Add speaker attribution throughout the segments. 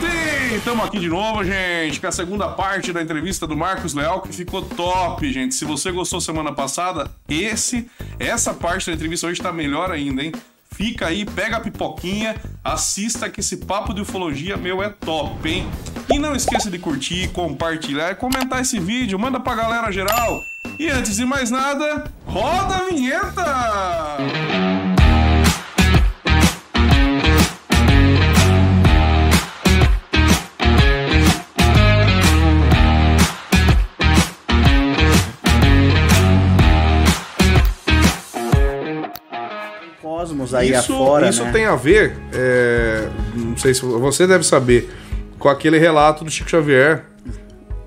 Speaker 1: bem? Estamos aqui de novo, gente, com a segunda parte da entrevista do Marcos Leal, que ficou top, gente. Se você gostou semana passada, esse, essa parte da entrevista hoje está melhor ainda, hein? Fica aí, pega a pipoquinha, assista que esse papo de ufologia, meu, é top, hein? E não esqueça de curtir, compartilhar e comentar esse vídeo, manda pra galera geral. E antes de mais nada, roda a vinheta!
Speaker 2: Cosmos aí
Speaker 3: isso,
Speaker 2: afora,
Speaker 3: isso
Speaker 2: né?
Speaker 3: tem a ver, é, não sei se você deve saber, com aquele relato do Chico Xavier,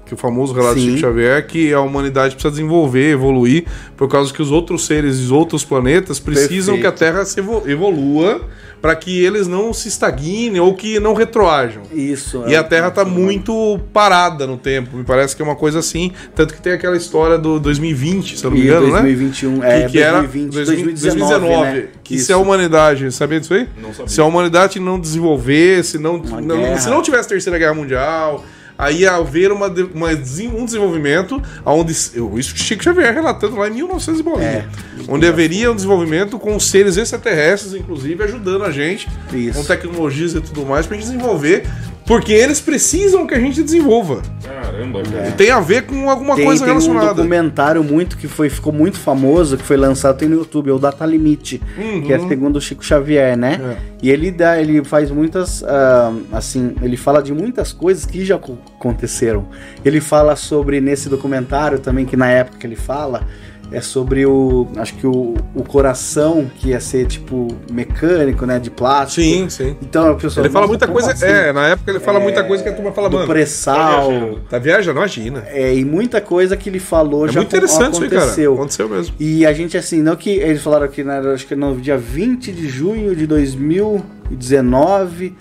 Speaker 3: que o famoso relato
Speaker 2: Sim.
Speaker 3: do Chico Xavier, que a humanidade precisa desenvolver, evoluir, por causa que os outros seres dos outros planetas precisam
Speaker 2: Perfeito.
Speaker 3: que a Terra se evo- evolua para que eles não se estagnem ou que não retroajam.
Speaker 2: Isso.
Speaker 3: E
Speaker 2: é
Speaker 3: a
Speaker 2: o-
Speaker 3: Terra tá muito parada no tempo, me parece que é uma coisa assim. Tanto que tem aquela história do 2020, se eu não me
Speaker 2: E
Speaker 3: engano, né?
Speaker 2: 2021, é,
Speaker 3: que, que era
Speaker 2: 2020,
Speaker 3: 2019,
Speaker 2: 2019, né?
Speaker 3: que é se a humanidade, sabia disso aí?
Speaker 4: Não sabia.
Speaker 3: Se a humanidade não desenvolver, se não,
Speaker 2: Uma
Speaker 3: não-
Speaker 2: guerra.
Speaker 3: se não tivesse Terceira Guerra Mundial, aí ia haver uma, de- uma desen- um desenvolvimento onde eu, isso Chico Xavier relatando lá em 1900 e bolinha,
Speaker 2: É.
Speaker 3: onde haveria um desenvolvimento com seres extraterrestres inclusive ajudando a gente
Speaker 2: Isso.
Speaker 3: com tecnologias e tudo mais pra gente desenvolver, porque eles precisam que a gente desenvolva.
Speaker 4: Caramba, cara.
Speaker 3: Tem a ver com alguma
Speaker 2: É. tem,
Speaker 3: coisa
Speaker 2: tem um
Speaker 3: relacionada.
Speaker 2: documentário muito que foi, ficou muito famoso, que foi lançado tem no YouTube, é o Data Limite,
Speaker 3: Uhum. É.
Speaker 2: que é segundo o Chico Xavier, né? E ele dá, ele faz muitas, ah, assim, ele fala de muitas coisas que já co- aconteceram. Ele fala sobre nesse documentário também que na época que ele fala é sobre o, acho que o, o coração que ia ser tipo mecânico, né, de plástico.
Speaker 3: Sim, sim.
Speaker 2: Então, pessoal,
Speaker 3: Ele fala muita coisa. É, na época ele fala muita coisa que a turma fala,
Speaker 2: assim? do
Speaker 3: mano.
Speaker 2: pré-sal,
Speaker 3: Tá viajando, imagina.
Speaker 2: é, e muita coisa que ele falou
Speaker 3: É
Speaker 2: já
Speaker 3: muito interessante isso aí, cara.
Speaker 2: aconteceu.
Speaker 3: Aconteceu mesmo.
Speaker 2: E a gente, assim, não que eles falaram que né, acho que no dia 20 de junho de 2019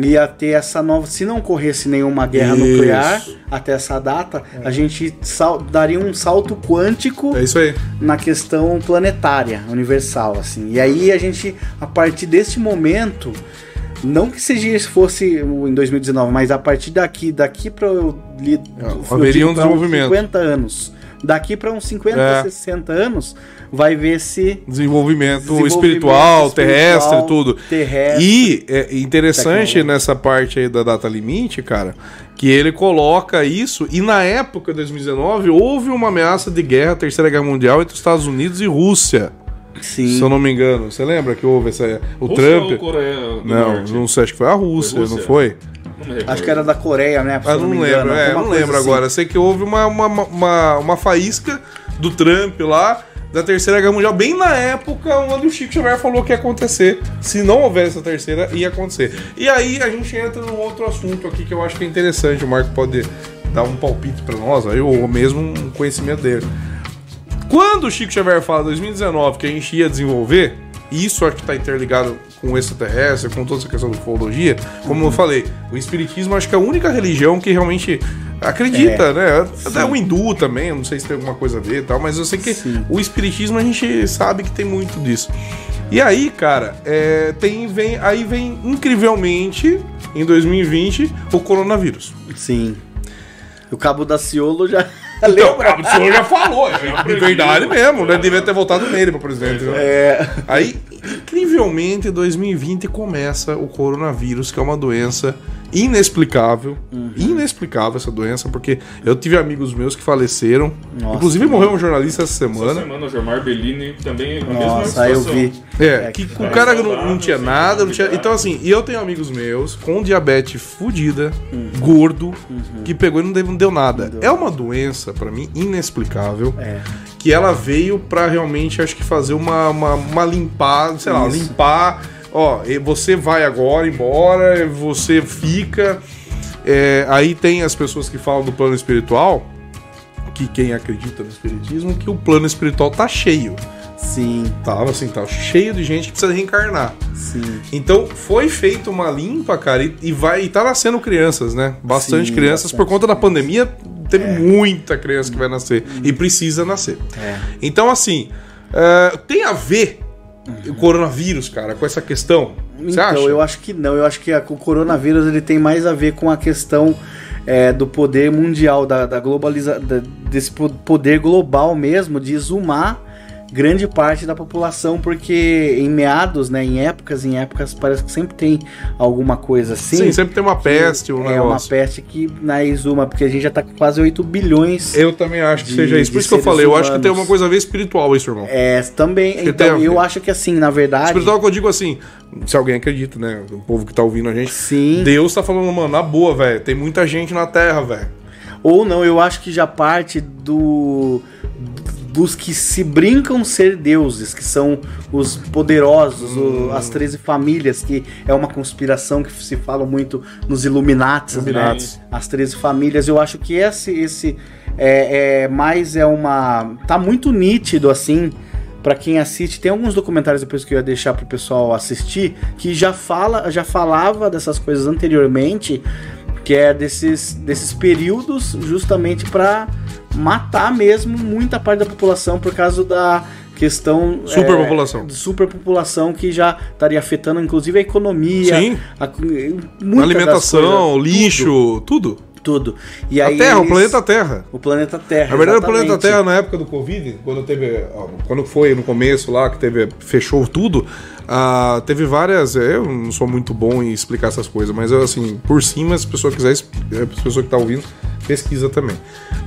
Speaker 2: ia ter essa nova. Se não ocorresse nenhuma guerra
Speaker 3: Isso.
Speaker 2: nuclear até essa data, a gente sal- daria um salto quântico
Speaker 3: É isso aí.
Speaker 2: na questão planetária, universal, assim. E aí a gente, a partir deste momento, não que seja isso fosse o- em 2019, mas a partir daqui, daqui para
Speaker 3: É, haveria um desenvolvimento.
Speaker 2: 50 anos. Daqui para uns 50,
Speaker 3: É.
Speaker 2: 60 anos, vai ver se
Speaker 3: Desenvolvimento,
Speaker 2: desenvolvimento
Speaker 3: espiritual, é.
Speaker 2: espiritual,
Speaker 3: terrestre, tudo.
Speaker 2: terrestre.
Speaker 3: E é interessante
Speaker 2: Tecnologia.
Speaker 3: nessa parte aí da data limite, cara, que ele coloca isso. E na época, 2019, houve uma ameaça de guerra, Terceira Guerra Mundial, entre os Estados Unidos e Rússia.
Speaker 2: sim.
Speaker 3: Se eu não me engano. Você lembra que houve essa. O
Speaker 4: Rússia
Speaker 3: Trump.
Speaker 4: ou Coreia do
Speaker 3: Não,
Speaker 4: Norte?
Speaker 3: não sei, acho que foi a Rússia,
Speaker 4: Foi Rússia?
Speaker 3: não foi?
Speaker 4: Não me recordo.
Speaker 2: Acho que era da Coreia, né? se
Speaker 3: Ah,
Speaker 2: eu
Speaker 3: não
Speaker 2: me
Speaker 3: lembro,
Speaker 2: engano,
Speaker 3: é,
Speaker 2: alguma
Speaker 3: não
Speaker 2: coisa
Speaker 3: lembro
Speaker 2: assim.
Speaker 3: agora. Sei que houve uma, uma, uma, uma faísca do Trump lá, da Terceira Guerra Mundial, bem na época onde o Chico Xavier falou que ia acontecer. Se não houvesse a terceira, ia acontecer. E aí a gente entra num outro assunto aqui que eu acho que é interessante. O Marco pode dar um palpite pra nós, aí, ou mesmo um conhecimento dele. Quando o Chico Xavier fala 2019 que a gente ia desenvolver, e isso acho que está interligado com o extraterrestre, com toda essa questão da ufologia, como eu falei, o espiritismo acho que é a única religião que realmente acredita, né? Até o hindu também, eu não sei se tem alguma coisa a ver e tal, mas eu sei que
Speaker 2: Sim.
Speaker 3: o espiritismo a gente sabe que tem muito disso. E aí, cara, é, tem, vem, aí vem incrivelmente, em 2020, o coronavírus.
Speaker 2: Sim. O Cabo da Ciolo já
Speaker 3: Não,
Speaker 2: lembra.
Speaker 3: o senhor já falou, é verdade mesmo, né? Devia ter voltado nele pra presidente. né?
Speaker 2: É,
Speaker 3: Aí, incrivelmente, 2020 começa o coronavírus, que é uma doença inexplicável. Inexplicável essa doença, porque eu tive amigos meus que faleceram.
Speaker 2: Nossa.
Speaker 3: Inclusive morreu um jornalista essa
Speaker 4: Essa
Speaker 3: semana.
Speaker 4: semana, o Jomar Bellini também. a mesma
Speaker 2: Nossa, eu
Speaker 4: situação.
Speaker 2: vi.
Speaker 3: É, que o cara não, não tinha
Speaker 4: Saudável,
Speaker 3: nada, não
Speaker 4: sem
Speaker 3: tinha.
Speaker 4: cuidar.
Speaker 3: Então, assim, e eu tenho amigos meus com diabetes fudida, gordo, que pegou e não deu, Uhum. não deu nada. É uma doença, pra mim, inexplicável.
Speaker 2: É.
Speaker 3: que ela veio pra realmente, acho que fazer uma, uma, uma limpada, sei lá,
Speaker 2: Isso.
Speaker 3: limpar. Ó, e você vai agora embora, você fica. É, aí tem as pessoas que falam do plano espiritual, que quem acredita no espiritismo, que o plano espiritual tá cheio.
Speaker 2: Sim,
Speaker 3: Tava assim, tá cheio de gente que precisa reencarnar.
Speaker 2: sim.
Speaker 3: Então foi feita uma limpa, cara, e, e vai e tá nascendo crianças, né? Bastante
Speaker 2: Sim,
Speaker 3: crianças por
Speaker 2: bastante
Speaker 3: conta da pandemia, teve muita criança que vai nascer e precisa nascer. eh,
Speaker 2: É.
Speaker 3: Então assim, é, tem a ver o coronavírus, cara, com essa questão. Você acha?
Speaker 2: Uhum. Então, eu acho que não. Eu acho que a- o coronavírus ele tem mais a ver com a questão é, do poder mundial, da, da globaliza, da- desse po- poder global mesmo, de exumar grande parte da população, porque em meados, né, em épocas, em épocas parece que sempre tem alguma coisa assim.
Speaker 3: Sim, sempre tem uma peste, um
Speaker 2: é uma
Speaker 3: negócio.
Speaker 2: peste que na exuma, porque a gente já tá com quase 8 bilhões.
Speaker 3: Eu também acho que
Speaker 2: de-
Speaker 3: seja isso.
Speaker 2: de
Speaker 3: Por isso que eu
Speaker 2: seres
Speaker 3: falei, eu acho que
Speaker 2: humanos.
Speaker 3: tem uma coisa a ver espiritual isso, irmão.
Speaker 2: É, também.
Speaker 3: que tem a
Speaker 2: Então,
Speaker 3: ver.
Speaker 2: eu acho que assim, na verdade.
Speaker 3: espiritual que eu digo assim, se alguém acredita, né? O povo que tá ouvindo a gente.
Speaker 2: Sim.
Speaker 3: Deus tá falando, mano, na boa, velho. Tem muita gente na Terra, velho.
Speaker 2: Ou não, eu acho que já parte do dos que se brincam ser deuses, que são os poderosos, o- as 13 famílias, que é uma conspiração que se fala muito nos Illuminati, né?
Speaker 3: Iluminatis.
Speaker 2: as 13 famílias. Eu acho que esse, esse é, é mais é uma. Tá muito nítido assim. Pra quem assiste, tem alguns documentários depois que eu ia deixar pro pessoal assistir que já fala, já falava dessas coisas anteriormente, que é desses, desses períodos justamente pra matar mesmo muita parte da população por causa da questão é,
Speaker 3: Superpopulação.
Speaker 2: de superpopulação que já estaria afetando inclusive a economia,
Speaker 3: Sim.
Speaker 2: a, muita
Speaker 3: Alimentação, lixo, tudo.
Speaker 2: tudo. E aí
Speaker 3: a Terra, o
Speaker 2: eles-
Speaker 3: planeta Terra.
Speaker 2: O planeta Terra.
Speaker 3: Na verdade, é o
Speaker 2: exatamente.
Speaker 3: planeta Terra, na época do Covid, quando teve. ó, Quando foi no começo lá, que teve. fechou tudo, ah, teve várias. é, Eu não sou muito bom em explicar essas coisas, mas eu, assim, por cima, se a pessoa quiser, es- é, se a pessoa que tá ouvindo, pesquisa também.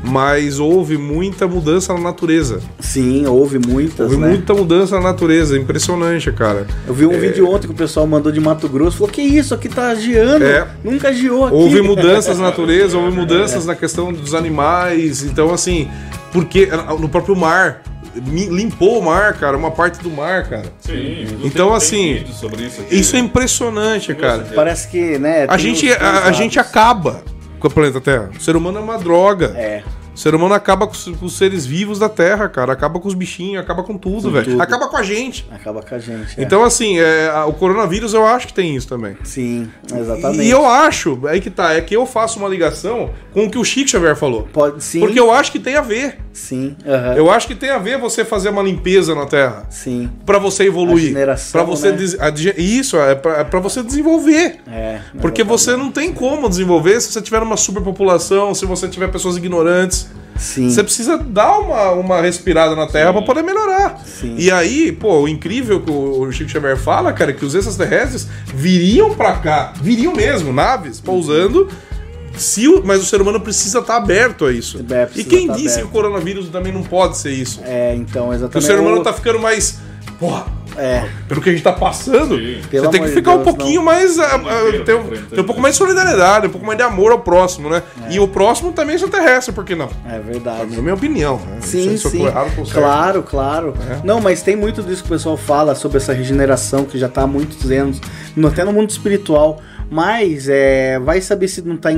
Speaker 3: Mas houve muita mudança na natureza.
Speaker 2: Sim, houve muitas,
Speaker 3: Houve
Speaker 2: né?
Speaker 3: muita mudança na natureza, impressionante, cara.
Speaker 2: Eu vi um vídeo ontem que o pessoal mandou de Mato Grosso, falou que isso, aqui tá geando,
Speaker 3: É.
Speaker 2: nunca geou aqui.
Speaker 3: Houve mudanças na natureza, houve mudanças na questão dos animais. Então, assim, porque no próprio mar, mi- limpou o mar, cara, uma parte do mar, cara.
Speaker 4: Sim. não
Speaker 3: Então,
Speaker 4: tem-
Speaker 3: assim,
Speaker 4: tem vídeo sobre isso, aqui.
Speaker 3: Isso é impressionante, cara.
Speaker 2: Parece que, né?
Speaker 3: A
Speaker 2: tem
Speaker 3: gente, é,
Speaker 2: os
Speaker 3: a,
Speaker 2: dois
Speaker 3: a
Speaker 2: lados.
Speaker 3: gente acaba com o planeta Terra. O ser humano é uma droga.
Speaker 2: É.
Speaker 3: O ser humano acaba com os, com os seres vivos da Terra, cara. Acaba com os bichinhos, acaba com tudo, velho.
Speaker 2: tudo.
Speaker 3: Acaba com a gente.
Speaker 2: Acaba com a gente. é.
Speaker 3: Então, assim, é, a- o coronavírus eu acho que tem isso também.
Speaker 2: Sim, exatamente.
Speaker 3: E eu acho, aí que tá, é que eu faço uma ligação com o que o Chico Xavier falou.
Speaker 2: Pode sim.
Speaker 3: Porque eu acho que tem a ver.
Speaker 2: Sim. aham,
Speaker 3: Eu acho que tem a ver você fazer uma limpeza na Terra.
Speaker 2: Sim.
Speaker 3: Pra você
Speaker 2: A
Speaker 3: evoluir.
Speaker 2: generação,
Speaker 3: Pra você.
Speaker 2: né?
Speaker 3: des- a digi- Isso, é pra, é pra você desenvolver.
Speaker 2: É.
Speaker 3: Porque você não tem como desenvolver se você tiver uma superpopulação, se você tiver pessoas ignorantes.
Speaker 2: Sim.
Speaker 3: Você precisa dar uma, uma respirada na Terra pra poder melhorar.
Speaker 2: Sim.
Speaker 3: E aí, pô, o incrível que o Chico Xavier fala, cara, é que os extraterrestres viriam pra cá, viriam mesmo, naves pousando. Se o- mas o ser humano precisa estar aberto a isso.
Speaker 2: É,
Speaker 3: e
Speaker 2: precisa
Speaker 3: quem
Speaker 2: tá
Speaker 3: disse
Speaker 2: aberto.
Speaker 3: que o coronavírus também não pode ser isso?
Speaker 2: É, então,
Speaker 3: que o
Speaker 2: exatamente.
Speaker 3: ser humano
Speaker 2: Eu-
Speaker 3: tá ficando mais. Porra,
Speaker 2: É,
Speaker 3: pelo que a gente tá passando,
Speaker 4: Sim.
Speaker 2: Pelo
Speaker 3: você tem que
Speaker 2: amor de
Speaker 3: ficar um
Speaker 2: Deus,
Speaker 3: pouquinho
Speaker 2: não.
Speaker 3: mais. ah, ah, ter,
Speaker 4: inteiro tá
Speaker 3: um,
Speaker 4: enfrentando
Speaker 3: ter um pouco mais de solidariedade, um pouco mais de amor ao próximo, né? E o próximo também é extraterrestre, por que não?
Speaker 2: é verdade.
Speaker 3: Na minha opinião. Né? Não sei
Speaker 2: Sim,
Speaker 3: se eu tô
Speaker 2: sim.
Speaker 3: errado, tô certo.
Speaker 2: Claro, claro.
Speaker 3: É.
Speaker 2: Não, mas tem muito disso que o pessoal fala sobre essa regeneração que já tá há muitos anos, no- até no mundo espiritual. Mas é, vai saber se não está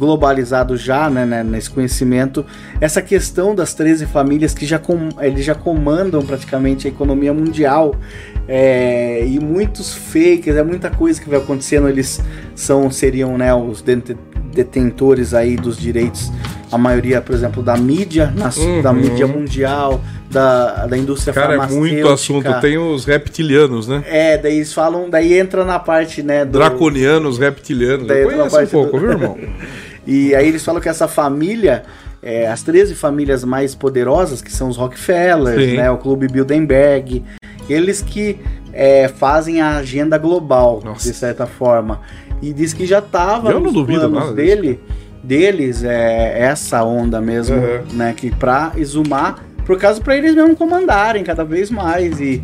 Speaker 2: globalizado já, né, né, nesse conhecimento, essa questão das 13 famílias que já, com, eles já comandam praticamente a economia mundial. É, e muitos fakes, é muita coisa que vai acontecendo. Eles são, seriam né, os dente- detentores aí dos direitos, a maioria, por exemplo, da mídia, nas-
Speaker 3: Uhum.
Speaker 2: da mídia mundial, da, da indústria
Speaker 3: Cara, é
Speaker 2: farmacêutica.
Speaker 3: muito assunto. Tem os reptilianos, né?
Speaker 2: É, daí eles falam, daí entra na parte, né, do...
Speaker 3: Draconianos, reptilianos.
Speaker 2: Daí
Speaker 3: Eu
Speaker 2: entra na
Speaker 3: conheço um
Speaker 2: parte
Speaker 3: pouco,
Speaker 2: do-
Speaker 3: viu, irmão?
Speaker 2: E aí eles falam que essa família, é, as 13 famílias mais poderosas, que são os Rockefellers,
Speaker 3: Sim.
Speaker 2: né, o Clube Bilderberg, eles que é, fazem a agenda global,
Speaker 3: Nossa.
Speaker 2: de certa forma. E diz que já tava
Speaker 3: Eu não duvido nada disso,
Speaker 2: dele, deles, é, essa onda mesmo,
Speaker 3: Uhum.
Speaker 2: né, que pra exumar, por causa pra eles mesmo comandarem cada vez mais e...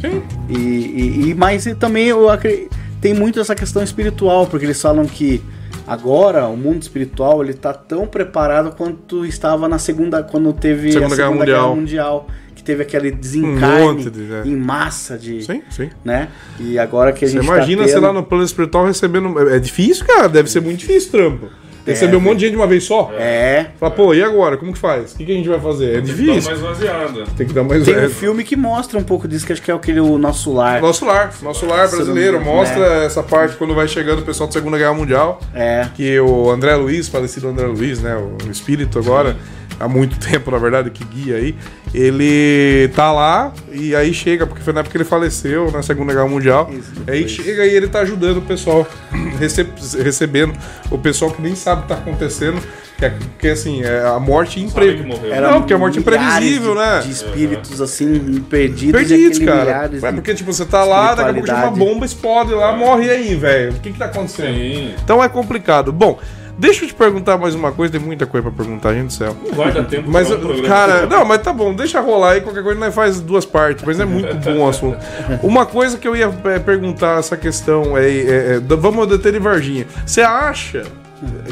Speaker 2: E, e, e- mas e também eu acre- tem muito essa questão espiritual, porque eles falam que agora o mundo espiritual ele tá tão preparado quanto estava na segunda quando teve
Speaker 3: Segunda
Speaker 2: a
Speaker 3: Guerra
Speaker 2: Segunda Guerra,
Speaker 3: Mundial.
Speaker 2: Mundial, que teve aquele
Speaker 3: Um
Speaker 2: desencarne
Speaker 3: monte de. né?
Speaker 2: em massa de,
Speaker 3: Sim, sim.
Speaker 2: né? E agora que a
Speaker 3: Você
Speaker 2: gente
Speaker 3: imagina,
Speaker 2: tá
Speaker 3: sei
Speaker 2: tendo-
Speaker 3: lá, no plano espiritual recebendo. É é difícil, cara. Deve ser muito difícil, trampo. Receber um monte de gente de uma vez só.
Speaker 2: é,
Speaker 3: Fala, pô, e agora? Como que faz? O que, que a gente vai fazer? É
Speaker 4: Dá
Speaker 3: difícil.
Speaker 4: mais vaziada.
Speaker 3: Tem que dar mais
Speaker 2: tem
Speaker 3: é.
Speaker 2: um filme que mostra um pouco disso que acho que é aquele o nosso lar.
Speaker 3: Nosso lar, nosso lar brasileiro.
Speaker 2: Né?
Speaker 3: Mostra essa parte quando vai chegando o pessoal da Segunda Guerra Mundial.
Speaker 2: É.
Speaker 3: Que o André Luiz, falecido André Luiz, né? O espírito agora, há muito tempo, na verdade, que guia aí, ele tá lá e aí chega, porque foi na época que ele faleceu, na Segunda Guerra Mundial.
Speaker 2: Isso,
Speaker 3: aí
Speaker 2: depois.
Speaker 3: chega e ele tá ajudando o pessoal, recep- recebendo o pessoal que nem sabe o que tá acontecendo, que, é- que, assim, é a morte
Speaker 4: Sabe que
Speaker 3: imprevisível.
Speaker 4: morreu.
Speaker 3: Era- Não, porque é morte
Speaker 2: né? milhares
Speaker 3: imprevisível,
Speaker 2: de-
Speaker 3: né?
Speaker 2: De espíritos assim, perdidos.
Speaker 3: Perdidos,
Speaker 2: e
Speaker 3: cara. É
Speaker 2: de-
Speaker 3: porque, tipo, você tá lá, daqui a pouco chega uma
Speaker 2: espiritualidade. É.
Speaker 3: bomba, explode lá, morre e aí, velho. O que que tá acontecendo?
Speaker 4: Sim.
Speaker 3: Então é complicado. Bom, deixa eu te perguntar mais uma coisa, tem muita coisa pra perguntar, gente do céu.
Speaker 4: Não vai dar tempo
Speaker 3: Mas,
Speaker 4: pra um programa.
Speaker 3: cara, não, mas tá bom, deixa rolar aí, qualquer coisa nós faz duas partes, mas é muito bom o assunto. Uma coisa que eu ia é, perguntar essa questão é, é, é, da- vamos deter em Varginha. Você acha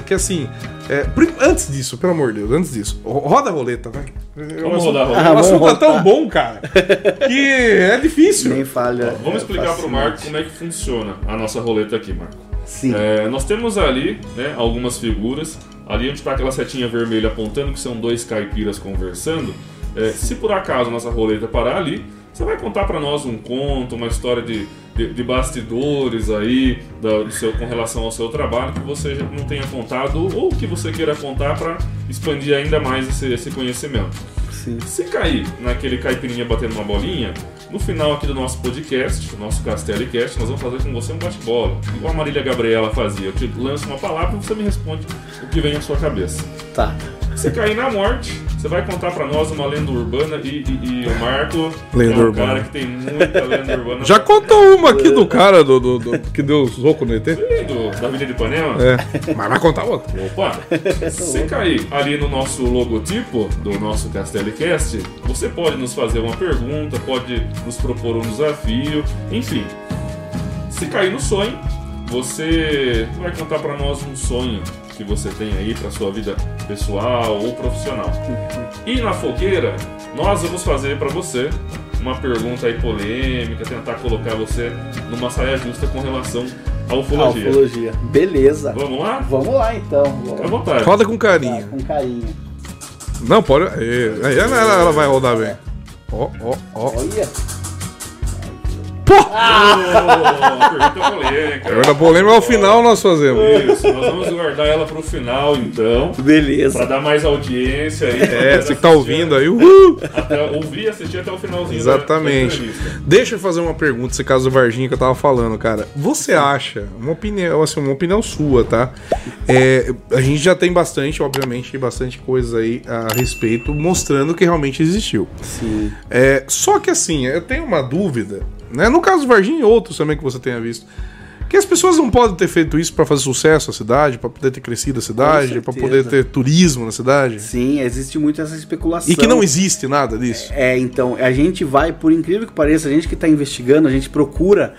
Speaker 3: que assim, é, prim- antes disso, pelo amor de Deus, antes disso, ro- roda a roleta, vai.
Speaker 4: Vamos rodar,
Speaker 3: O
Speaker 4: rodar.
Speaker 2: Ah, vamos
Speaker 3: assunto é
Speaker 2: rodar.
Speaker 3: tão bom, cara, que é difícil.
Speaker 2: Nem falha.
Speaker 4: Vamos
Speaker 2: é
Speaker 4: explicar
Speaker 3: Tá
Speaker 4: pro
Speaker 2: fascinante.
Speaker 4: Marco como é que funciona a nossa roleta aqui, Marco.
Speaker 2: Sim.
Speaker 4: É, nós temos ali né, algumas figuras. Ali onde está aquela setinha vermelha apontando, que são dois caipiras conversando. é, se por acaso nossa roleta parar ali, você vai contar para nós um conto, uma história de, de, de bastidores aí, da- do seu, com relação ao seu trabalho, que você já não tenha contado ou que você queira contar para expandir ainda mais esse- esse conhecimento.
Speaker 2: Sim.
Speaker 4: Se cair naquele caipirinha batendo uma bolinha, no final aqui do nosso podcast, o nosso Castelicast, nós vamos fazer com você um bate-bola. Igual a Marília Gabriela fazia. Eu te lanço uma palavra e você me responde o que vem à sua cabeça.
Speaker 2: Tá.
Speaker 4: Se cair na morte, você vai contar pra nós uma lenda urbana e, e- e o Marco
Speaker 3: Lenda
Speaker 4: é um
Speaker 3: urbana.
Speaker 4: cara que tem muita lenda urbana.
Speaker 3: Já contou uma aqui do cara do, do- do- que deu soco no ET?
Speaker 4: Do, da Avenida de Ipanema?
Speaker 3: É, mas vai contar outra.
Speaker 4: Opa! Se cair ali no nosso logotipo do nosso Castelicast, você pode nos fazer uma pergunta, pode nos propor um desafio, enfim. Se cair no sonho, você vai contar para nós um sonho que você tem aí para sua vida pessoal ou profissional. E na fogueira, nós vamos fazer para você uma pergunta aí polêmica, tentar colocar você numa saia justa com relação à
Speaker 2: Ah,
Speaker 4: ufologia.
Speaker 2: Ufologia. Beleza.
Speaker 4: Vamos lá?
Speaker 2: Vamos lá então.
Speaker 4: Fica à vontade.
Speaker 3: Roda com carinho.
Speaker 2: Tá, com carinho.
Speaker 3: Não, pode. é, Aí, aí ela, ela- ela vai rodar bem. Ó, ó, ó.
Speaker 2: Olha.
Speaker 4: Oh, pergunta polêmica.
Speaker 3: Agora, pô, lembra ao é final nós fazemos.
Speaker 4: Isso, nós vamos guardar ela pro final, então. Pra
Speaker 2: Beleza.
Speaker 4: dar mais audiência aí.
Speaker 3: É, você que tá ouvindo aí, uhul!
Speaker 4: Até, ouvir e assistir até o finalzinho. da- Da
Speaker 3: Exatamente.
Speaker 4: entrevista.
Speaker 3: Deixa eu fazer uma pergunta, esse caso do Varginha que eu tava falando, cara. Você acha, uma opinião, assim, uma opinião sua, tá? É, a gente já tem bastante, obviamente, bastante coisa aí a respeito, mostrando que realmente existiu.
Speaker 2: Sim.
Speaker 3: É, só que assim, eu tenho uma dúvida, né? No caso do Varginha e outros também que você tenha visto. Que as pessoas não podem ter feito isso pra fazer sucesso na cidade, pra poder ter crescido a cidade, pra poder
Speaker 2: certeza.
Speaker 3: ter turismo na cidade.
Speaker 2: Sim, existe muito essa especulação.
Speaker 3: E que não existe nada disso.
Speaker 2: É, então, a gente vai, por incrível que pareça, a gente que tá investigando, a gente procura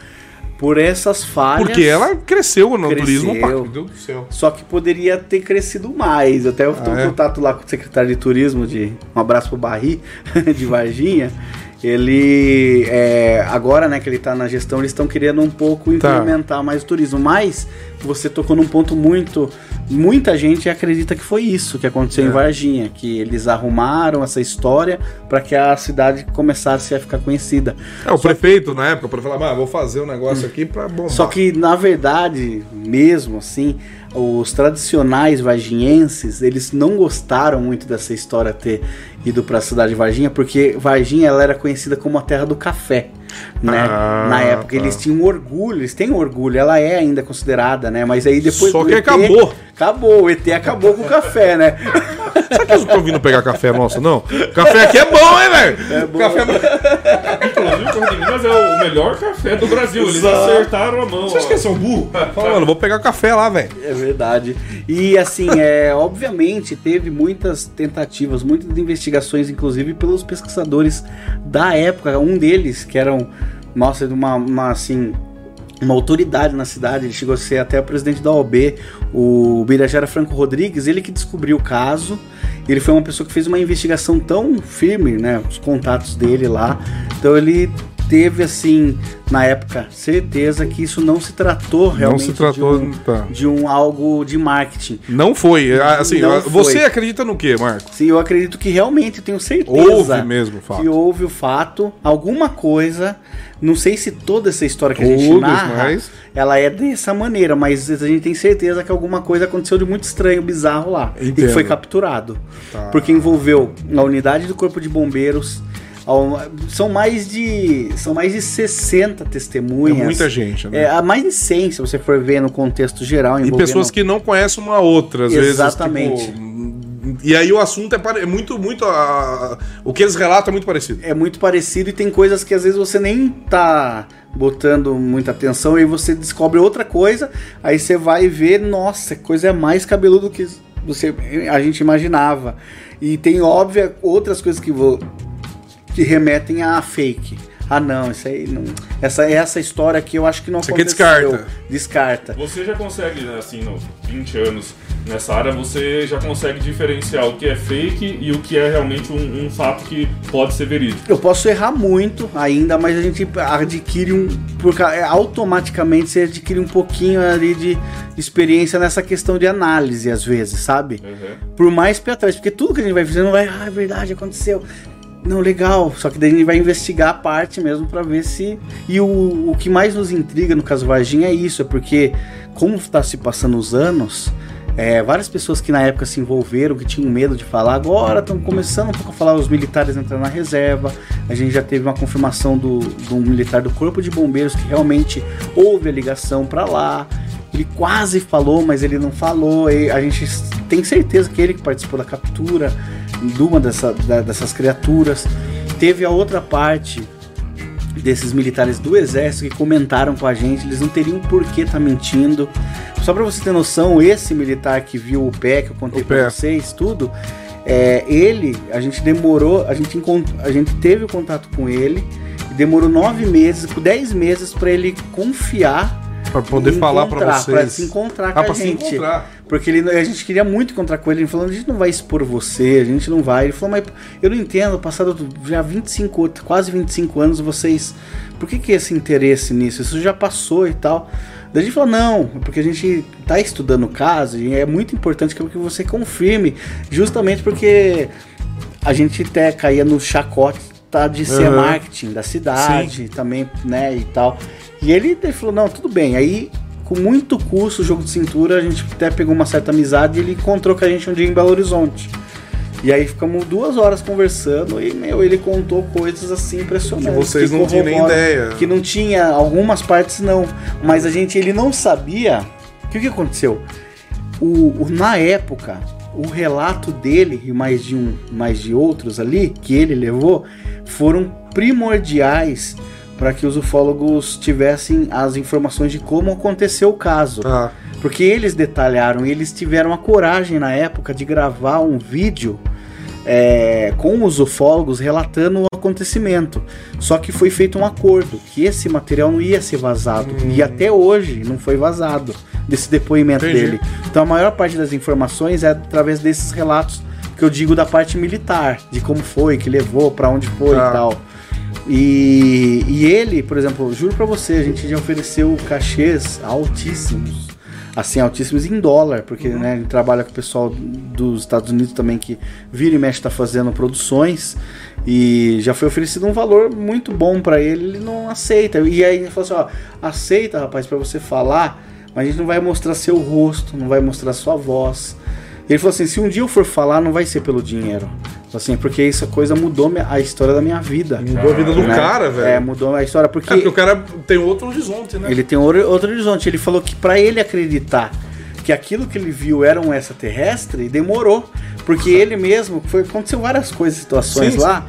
Speaker 2: por essas falhas.
Speaker 3: Porque ela cresceu no
Speaker 2: Cresceu.
Speaker 3: turismo. pá, meu Deus do céu.
Speaker 2: Só que poderia ter crescido mais. Eu até eu tenho
Speaker 3: Ah, é?
Speaker 2: um contato lá com o secretário de turismo de um abraço pro Barri de Varginha. Ele é, agora, né, que ele tá na gestão, eles estão querendo um pouco
Speaker 3: Tá.
Speaker 2: implementar mais o turismo, mas você tocou num ponto muito muita gente acredita que foi isso que
Speaker 3: É.
Speaker 2: aconteceu em Varginha, que eles arrumaram essa história para que a cidade começasse a ficar conhecida.
Speaker 3: É, o prefeito na época, para falar, ah, vou fazer um negócio aqui pra bombar.
Speaker 2: Hum. Só que, na verdade, mesmo assim, os tradicionais varginhenses, eles não gostaram muito dessa história ter ido para a cidade de Varginha, porque Varginha ela era conhecida como a terra do café. Né?
Speaker 3: Ah,
Speaker 2: Na
Speaker 3: tá.
Speaker 2: época eles tinham um orgulho, eles têm orgulho, ela é ainda considerada, né? Mas aí depois.
Speaker 3: Só
Speaker 2: do
Speaker 3: que
Speaker 2: ET,
Speaker 3: acabou.
Speaker 2: Acabou, o ET acabou com o café, né?
Speaker 3: Será que eles não estão vindo pegar café nosso, não? Café aqui é bom, hein, velho?
Speaker 2: É bom.
Speaker 3: Café é bom.
Speaker 4: Inclusive, o Correio de Minas é o melhor café do Brasil. Eles
Speaker 2: Exato.
Speaker 4: acertaram a mão.
Speaker 3: Vocês
Speaker 4: ó.
Speaker 3: que é são burros? Fala, mano, vou pegar café lá, velho.
Speaker 2: É verdade. E assim, é, obviamente teve muitas tentativas, muitas investigações, inclusive pelos pesquisadores da época. Um deles, que era um, nossa, de uma, uma assim, uma autoridade na cidade, ele chegou a ser até o presidente da OB, o Birajara Franco Rodrigues, ele que descobriu o caso. Ele foi uma pessoa que fez uma investigação tão firme, né? Os contatos dele lá. Então ele teve, assim, na época, certeza que isso não se tratou realmente
Speaker 3: se tratou,
Speaker 2: de, um,
Speaker 3: tá.
Speaker 2: de um algo de marketing.
Speaker 3: Não foi. Ah, Assim,
Speaker 2: Não
Speaker 3: você
Speaker 2: foi.
Speaker 3: acredita no quê, Marco?
Speaker 2: Sim, eu acredito que realmente, eu tenho certeza
Speaker 3: Houve mesmo o
Speaker 2: que
Speaker 3: fato.
Speaker 2: houve o fato, alguma coisa, não sei se toda essa história que a gente
Speaker 3: Todas,
Speaker 2: narra,
Speaker 3: mas-
Speaker 2: ela é dessa maneira, mas a gente tem certeza que alguma coisa aconteceu de muito estranho, bizarro lá, e
Speaker 3: Entendo.
Speaker 2: que foi capturado,
Speaker 3: tá.
Speaker 2: porque envolveu a unidade do corpo de bombeiros, a- são mais de são mais de 60
Speaker 3: É
Speaker 2: testemunhas,
Speaker 3: muita gente, né?
Speaker 2: É, há mais de 100, se você for ver no contexto geral,
Speaker 3: E
Speaker 2: envolvendo-
Speaker 3: pessoas que não conhecem uma outra, às
Speaker 2: Exatamente.
Speaker 3: vezes. Exatamente. E aí o assunto é, pare- é muito, muito. ah, o que eles relatam é muito parecido.
Speaker 2: é muito parecido e tem coisas que às vezes você nem tá botando muita atenção e você descobre outra coisa, aí você vai ver, nossa, coisa é mais cabeludo que você a gente imaginava. E tem óbvia outras coisas que vo- que remetem a fake. Ah, não, isso aí não. Essa essa história aqui eu acho que não
Speaker 3: Isso aqui é
Speaker 2: aconteceu.
Speaker 3: descarta.
Speaker 2: Descarta.
Speaker 4: Você já consegue, né, assim, nos 20 anos nessa área, você já consegue diferenciar o que é fake e o que é realmente um, um fato que pode ser verídico.
Speaker 2: Eu posso errar muito ainda, mas a gente adquire um. Por, ca- é, automaticamente você adquire um pouquinho ali de experiência nessa questão de análise, às vezes, sabe?
Speaker 4: Uhum.
Speaker 2: Por mais pé atrás, porque tudo que a gente vai fazendo vai. Ah, é verdade, aconteceu. Não, legal. Só que daí a gente vai investigar a parte mesmo pra ver se. E o, o que mais nos intriga no caso Varginha é isso, é porque, como tá se passando os anos. é, várias pessoas que na época se envolveram, que tinham medo de falar, agora estão começando um pouco a falar os militares entrando na reserva, a gente já teve uma confirmação do, do militar do Corpo de Bombeiros que realmente houve a ligação pra lá. Ele quase falou, mas ele não falou. E a gente s- tem certeza que ele que participou da captura de uma dessa- da- dessas criaturas. Teve a outra parte desses militares do exército que comentaram com a gente, eles não teriam por que tá mentindo. Só pra você ter noção, esse militar que viu o pé que eu contei
Speaker 3: O pé.
Speaker 2: pra vocês, tudo, é, ele, a gente demorou, a gente, encont- a gente teve o contato com ele, e demorou nove meses, dez meses pra ele confiar.
Speaker 3: Pra poder
Speaker 2: e
Speaker 3: falar pra
Speaker 2: encontrar,
Speaker 3: vocês.
Speaker 2: Pra se encontrar com
Speaker 3: ah,
Speaker 2: a
Speaker 3: pra se
Speaker 2: gente.
Speaker 3: encontrar.
Speaker 2: Porque ele, a gente queria muito encontrar com ele. Ele falou: a gente não vai expor você, a gente não vai. Ele falou: mas eu não entendo, passado já 25, quase 25 anos, vocês. Por que, que esse interesse nisso? Isso já passou e tal. Daí a gente falou: não, é porque a gente tá estudando o caso e é muito importante que você confirme, justamente porque a gente até caía no chacote tá, de ser
Speaker 3: Aham.
Speaker 2: marketing da cidade também, né, e tal. E ele, ele falou, não, tudo bem. Aí, com muito custo, jogo de cintura, a gente até pegou uma certa amizade e ele encontrou com a gente um dia em Belo Horizonte. E aí ficamos duas horas conversando e, meu, ele contou coisas assim impressionantes.
Speaker 3: Que vocês não tinham nem
Speaker 2: corroboram,
Speaker 3: ideia.
Speaker 2: Que não tinha, algumas partes não. Mas a gente, ele não sabia... O que, que aconteceu? o, o- na época, o relato dele e mais de um, mais de outros ali que ele levou foram primordiais para que os ufólogos tivessem as informações de como aconteceu o caso.
Speaker 3: Tá.
Speaker 2: Porque eles detalharam, eles tiveram a coragem na época de gravar um vídeo é, com os ufólogos relatando o acontecimento. Só que foi feito um acordo que esse material não ia ser vazado.
Speaker 3: Hum.
Speaker 2: E até hoje não foi vazado desse depoimento
Speaker 3: Entendi.
Speaker 2: dele. Então a maior parte das informações é através desses relatos que eu digo da parte militar, de como foi, que levou, pra onde foi
Speaker 3: Tá.
Speaker 2: e tal. E, e ele, por exemplo, juro pra você, a gente já ofereceu cachês altíssimos. Assim, altíssimos em dólar, porque né, ele trabalha com o pessoal dos Estados Unidos também que vira e mexe tá fazendo produções. E já foi oferecido um valor muito bom pra ele, ele não aceita. E aí ele falou assim: ó, aceita, rapaz, pra você falar, mas a gente não vai mostrar seu rosto, não vai mostrar sua voz. Ele falou assim: se um dia eu for falar, não vai ser pelo dinheiro. Assim, porque essa coisa mudou minha- a história da minha vida.
Speaker 3: Mudou a vida do
Speaker 2: Né?
Speaker 3: cara,
Speaker 2: É,
Speaker 3: velho.
Speaker 2: mudou a história
Speaker 3: É, porque o
Speaker 2: porque
Speaker 3: cara tem outro horizonte, né?
Speaker 2: ele tem outro outro horizonte. Ele falou que pra ele acreditar que aquilo que ele viu era um extraterrestre, demorou. Porque ele mesmo, foi, aconteceu várias coisas, situações
Speaker 3: Sim, sim.
Speaker 2: lá,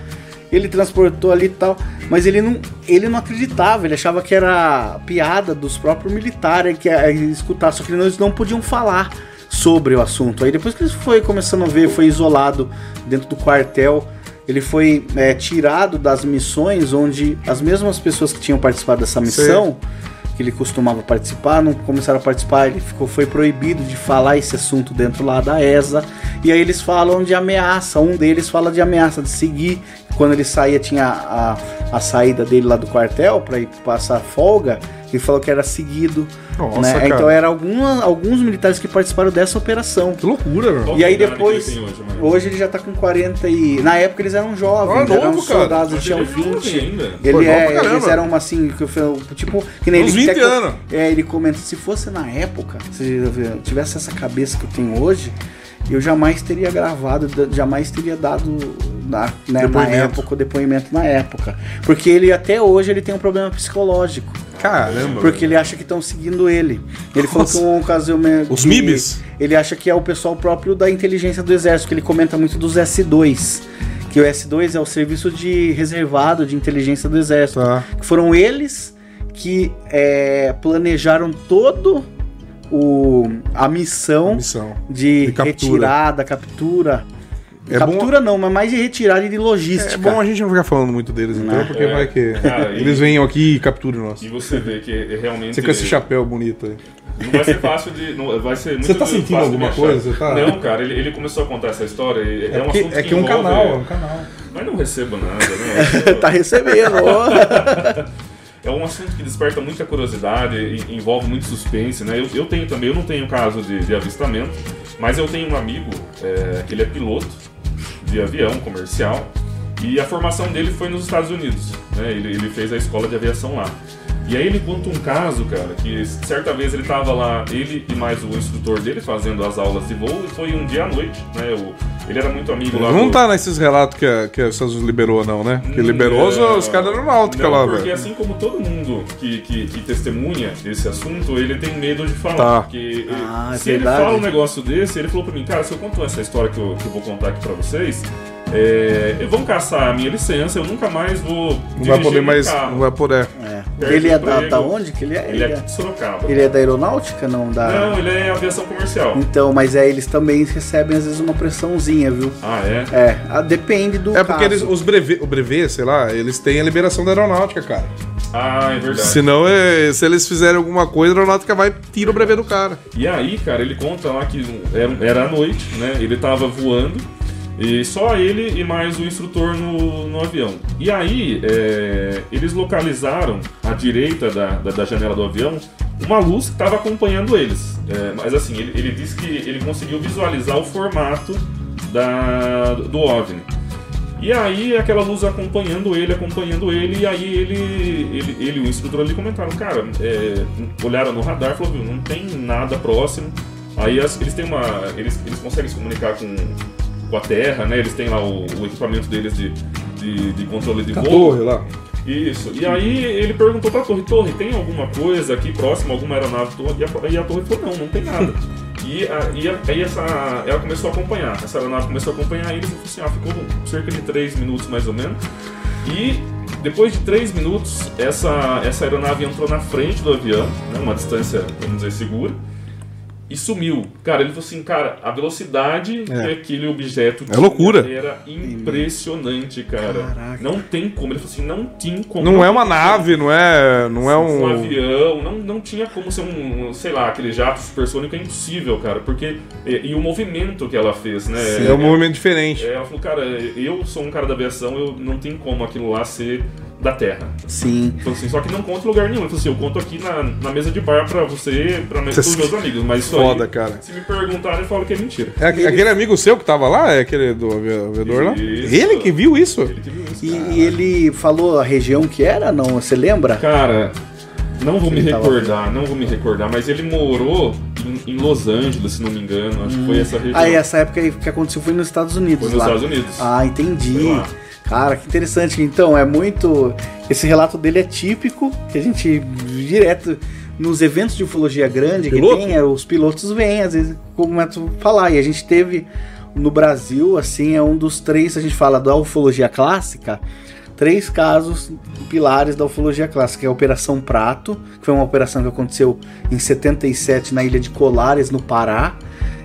Speaker 2: ele transportou ali e tal, mas ele não, ele não acreditava, ele achava que era piada dos próprios militares que ia escutar, só que eles não podiam falar sobre o assunto. Aí depois que ele foi começando a ver, foi isolado dentro do quartel, ele foi é, tirado das missões onde as mesmas pessoas que tinham participado dessa missão, Então, que ele costumava participar, não começaram a participar, ele ficou, foi proibido de falar esse assunto dentro lá da ESA. E aí eles falam de ameaça, um deles fala de ameaça de seguir Quando ele saía, tinha a, a saída dele lá do quartel para ir passar folga. Ele falou que era seguido.
Speaker 3: Nossa,
Speaker 2: né?
Speaker 3: cara.
Speaker 2: Então eram alguma, alguns militares que participaram dessa operação.
Speaker 3: Que loucura, velho.
Speaker 4: Qual
Speaker 2: E aí
Speaker 4: que é a idade
Speaker 2: depois-
Speaker 4: que ele tem hoje, Marcos?
Speaker 2: Hoje ele já tá com 40 e. Na época eles eram jovens,
Speaker 3: Ah,
Speaker 2: eram
Speaker 3: novo, cara.
Speaker 2: soldados, eles
Speaker 4: Hoje
Speaker 2: tinham
Speaker 4: ele é jovem
Speaker 2: 20.
Speaker 4: ainda.
Speaker 2: Ele
Speaker 3: Pô, novo
Speaker 2: é,
Speaker 3: pra caramba.
Speaker 2: eles eram assim, que eu falo, tipo, que nem
Speaker 3: Uns
Speaker 2: ele
Speaker 3: 20
Speaker 2: até co-
Speaker 3: anos.
Speaker 2: É, ele comenta, se fosse na época, se eu tivesse essa cabeça que eu tenho hoje, eu jamais teria gravado, da- jamais teria dado na, né, na
Speaker 3: Depoimento.
Speaker 2: época o depoimento na época. Porque ele até hoje ele tem um problema psicológico.
Speaker 3: Caramba.
Speaker 2: Porque ele acha que estão seguindo ele. Ele falou
Speaker 3: Nossa.
Speaker 2: que um ocasionamento.
Speaker 3: Os MIBs?
Speaker 2: Ele acha que é o pessoal próprio da inteligência do exército, que ele comenta muito dos S2. Que o S2 é o serviço de reservado de inteligência do exército.
Speaker 3: Tá.
Speaker 2: Que foram eles que é, planejaram todo o a missão
Speaker 3: Missão.
Speaker 2: de,
Speaker 3: de captura.
Speaker 2: retirada, captura.
Speaker 3: É bom-
Speaker 2: captura não, mas mais de retirada e de
Speaker 3: É
Speaker 2: logística.
Speaker 3: bom a gente não ficar falando muito deles, então,
Speaker 2: Não.
Speaker 3: porque
Speaker 4: É.
Speaker 3: vai que
Speaker 4: Cara, e-
Speaker 3: eles venham aqui e capturam nós.
Speaker 4: E você vê que é realmente.
Speaker 3: Você com esse chapéu bonito aí.
Speaker 4: Não vai ser fácil de. Não, vai ser muito
Speaker 3: Você tá
Speaker 4: fácil
Speaker 3: sentindo
Speaker 4: de
Speaker 3: alguma
Speaker 4: achar.
Speaker 3: coisa? Você tá-
Speaker 4: Não, cara, ele, ele começou a contar essa história. e É, um
Speaker 3: porque-
Speaker 4: assunto
Speaker 3: é que é um
Speaker 4: envolve-
Speaker 3: canal, é um canal.
Speaker 4: Mas não recebo nada, né?
Speaker 2: tá recebendo. ó.
Speaker 4: É um assunto que desperta muita curiosidade, e- envolve muito suspense, né? Eu, eu tenho também, eu não tenho caso de, de avistamento, mas eu tenho um amigo, é, que ele é piloto de avião comercial, e a formação dele foi nos Estados Unidos, né? Ele, ele fez a escola de aviação lá. E aí ele conta um caso, cara, que certa vez ele tava lá, ele e mais o instrutor dele fazendo as aulas de voo, e foi um dia à noite, né? O- ele era muito amigo lá
Speaker 3: Não
Speaker 4: do-
Speaker 3: tá nesses relatos que, a- que os Estados Unidos liberou, não, né? Porque liberou os- os caras da aeronáutica
Speaker 4: Não,
Speaker 3: lá,
Speaker 4: Porque
Speaker 3: velho.
Speaker 4: assim como todo mundo que, que, que testemunha esse assunto, ele tem medo de falar.
Speaker 3: Tá.
Speaker 4: Porque eh,
Speaker 2: Ah, é
Speaker 4: se
Speaker 2: verdade.
Speaker 4: ele fala um negócio desse, ele falou pra mim, cara, se eu conto essa história que eu, que eu vou contar aqui pra vocês, eh, vão caçar a minha licença, eu nunca mais vou.
Speaker 3: Não vai
Speaker 4: dirigir
Speaker 3: poder
Speaker 4: meu
Speaker 3: mais.
Speaker 4: carro.
Speaker 3: Não vai poder.
Speaker 2: É.
Speaker 4: Perde
Speaker 2: Ele é da,
Speaker 4: emprego.
Speaker 2: da onde que ele é?
Speaker 4: Ele é aqui de Sorocaba.
Speaker 2: Ele é da aeronáutica, não da.
Speaker 4: Não, ele é aviação comercial.
Speaker 2: Então, mas é, eles também recebem às vezes uma pressãozinha, viu?
Speaker 4: Ah, é?
Speaker 2: É, a- depende do.
Speaker 3: É porque eles,
Speaker 2: caso.
Speaker 3: os brevê, o brevê, sei lá, eles têm a liberação da aeronáutica, cara.
Speaker 4: Ah, é verdade.
Speaker 3: Senão, é, se eles fizerem alguma coisa, a aeronáutica vai e tira o brevê do cara.
Speaker 4: E aí, cara, ele conta lá que era, era à noite, né? Ele tava voando e só ele e mais o instrutor no, no avião. E aí, é, eles localizaram à direita da, da, da janela do avião uma luz que estava acompanhando eles. É, mas assim, ele, ele disse que ele conseguiu visualizar o formato da, do OVNI. E aí aquela luz acompanhando ele, acompanhando ele, e aí ele, ele, ele e o instrutor ali comentaram, cara, é, olharam no radar e falaram, viu, não tem nada próximo. Aí as- eles têm uma. Eles, eles conseguem se comunicar com, com a Terra, né? Eles têm lá o, o equipamento deles de, de, de controle de
Speaker 3: A
Speaker 4: voo.
Speaker 3: torre lá.
Speaker 4: Isso. E aí ele perguntou pra torre, torre, tem alguma coisa aqui próximo, alguma aeronave? Torre? E, a, e a torre falou, não, não tem nada. E, a, e a- aí essa, ela começou a acompanhar, essa aeronave começou a acompanhar eles e falou assim, ah, ficou cerca de 3 minutos mais ou menos. E depois de 3 minutos, essa, essa aeronave entrou na frente do avião, né, uma distância, vamos dizer, segura. E sumiu. Cara, ele falou assim, cara, a velocidade que aquele objeto tinha
Speaker 3: loucura.
Speaker 4: era impressionante, cara.
Speaker 2: Caraca.
Speaker 4: Não tem como. Ele falou assim, não tinha como.
Speaker 3: Não é uma nave, não é. Não é
Speaker 4: Um
Speaker 3: um.
Speaker 4: avião, não, não tinha como ser um, sei lá, aquele jato supersônico é impossível, cara, porque. E, e o movimento que ela fez, né?
Speaker 3: É um movimento diferente.
Speaker 4: É, ela falou, cara, eu sou um cara da aviação, eu não tem como aquilo lá ser da Terra.
Speaker 2: Sim.
Speaker 4: Ele Falou assim, só que não conta em lugar nenhum. Ele falou assim, eu conto aqui na, na mesa de bar pra você, pra me, pros meus amigos, mas isso
Speaker 3: Foda,
Speaker 4: aí,
Speaker 3: cara.
Speaker 4: se me perguntarem, eu falo que é mentira.
Speaker 3: É aque- aquele amigo seu que tava lá? É aquele do avi- aviador lá?
Speaker 4: Isso.
Speaker 3: Ele que viu isso?
Speaker 4: Ele que viu isso,
Speaker 2: E, e ele falou a região que era, não? Você lembra?
Speaker 4: Cara, não vou me
Speaker 2: Ele tava-
Speaker 4: recordar, não vou me recordar, mas ele morou em, em Los Angeles, se não me engano, acho que foi essa região.
Speaker 2: Ah, e essa época aí que aconteceu foi nos Estados Unidos
Speaker 4: Foi nos
Speaker 2: lá.
Speaker 4: Estados Unidos.
Speaker 2: Ah, entendi.
Speaker 4: Foi lá.
Speaker 2: Cara, que interessante. Então, é muito. Esse relato dele é típico, que a gente direto. Nos eventos de ufologia grande
Speaker 3: Piloto?
Speaker 2: que tem, é, os pilotos vêm, às vezes, como é tu falar. E a gente teve no Brasil, assim, é um dos três, a gente fala da ufologia clássica, três casos pilares da ufologia clássica, que é a Operação Prato, que foi uma operação que aconteceu em 77 na ilha de Colares, no Pará.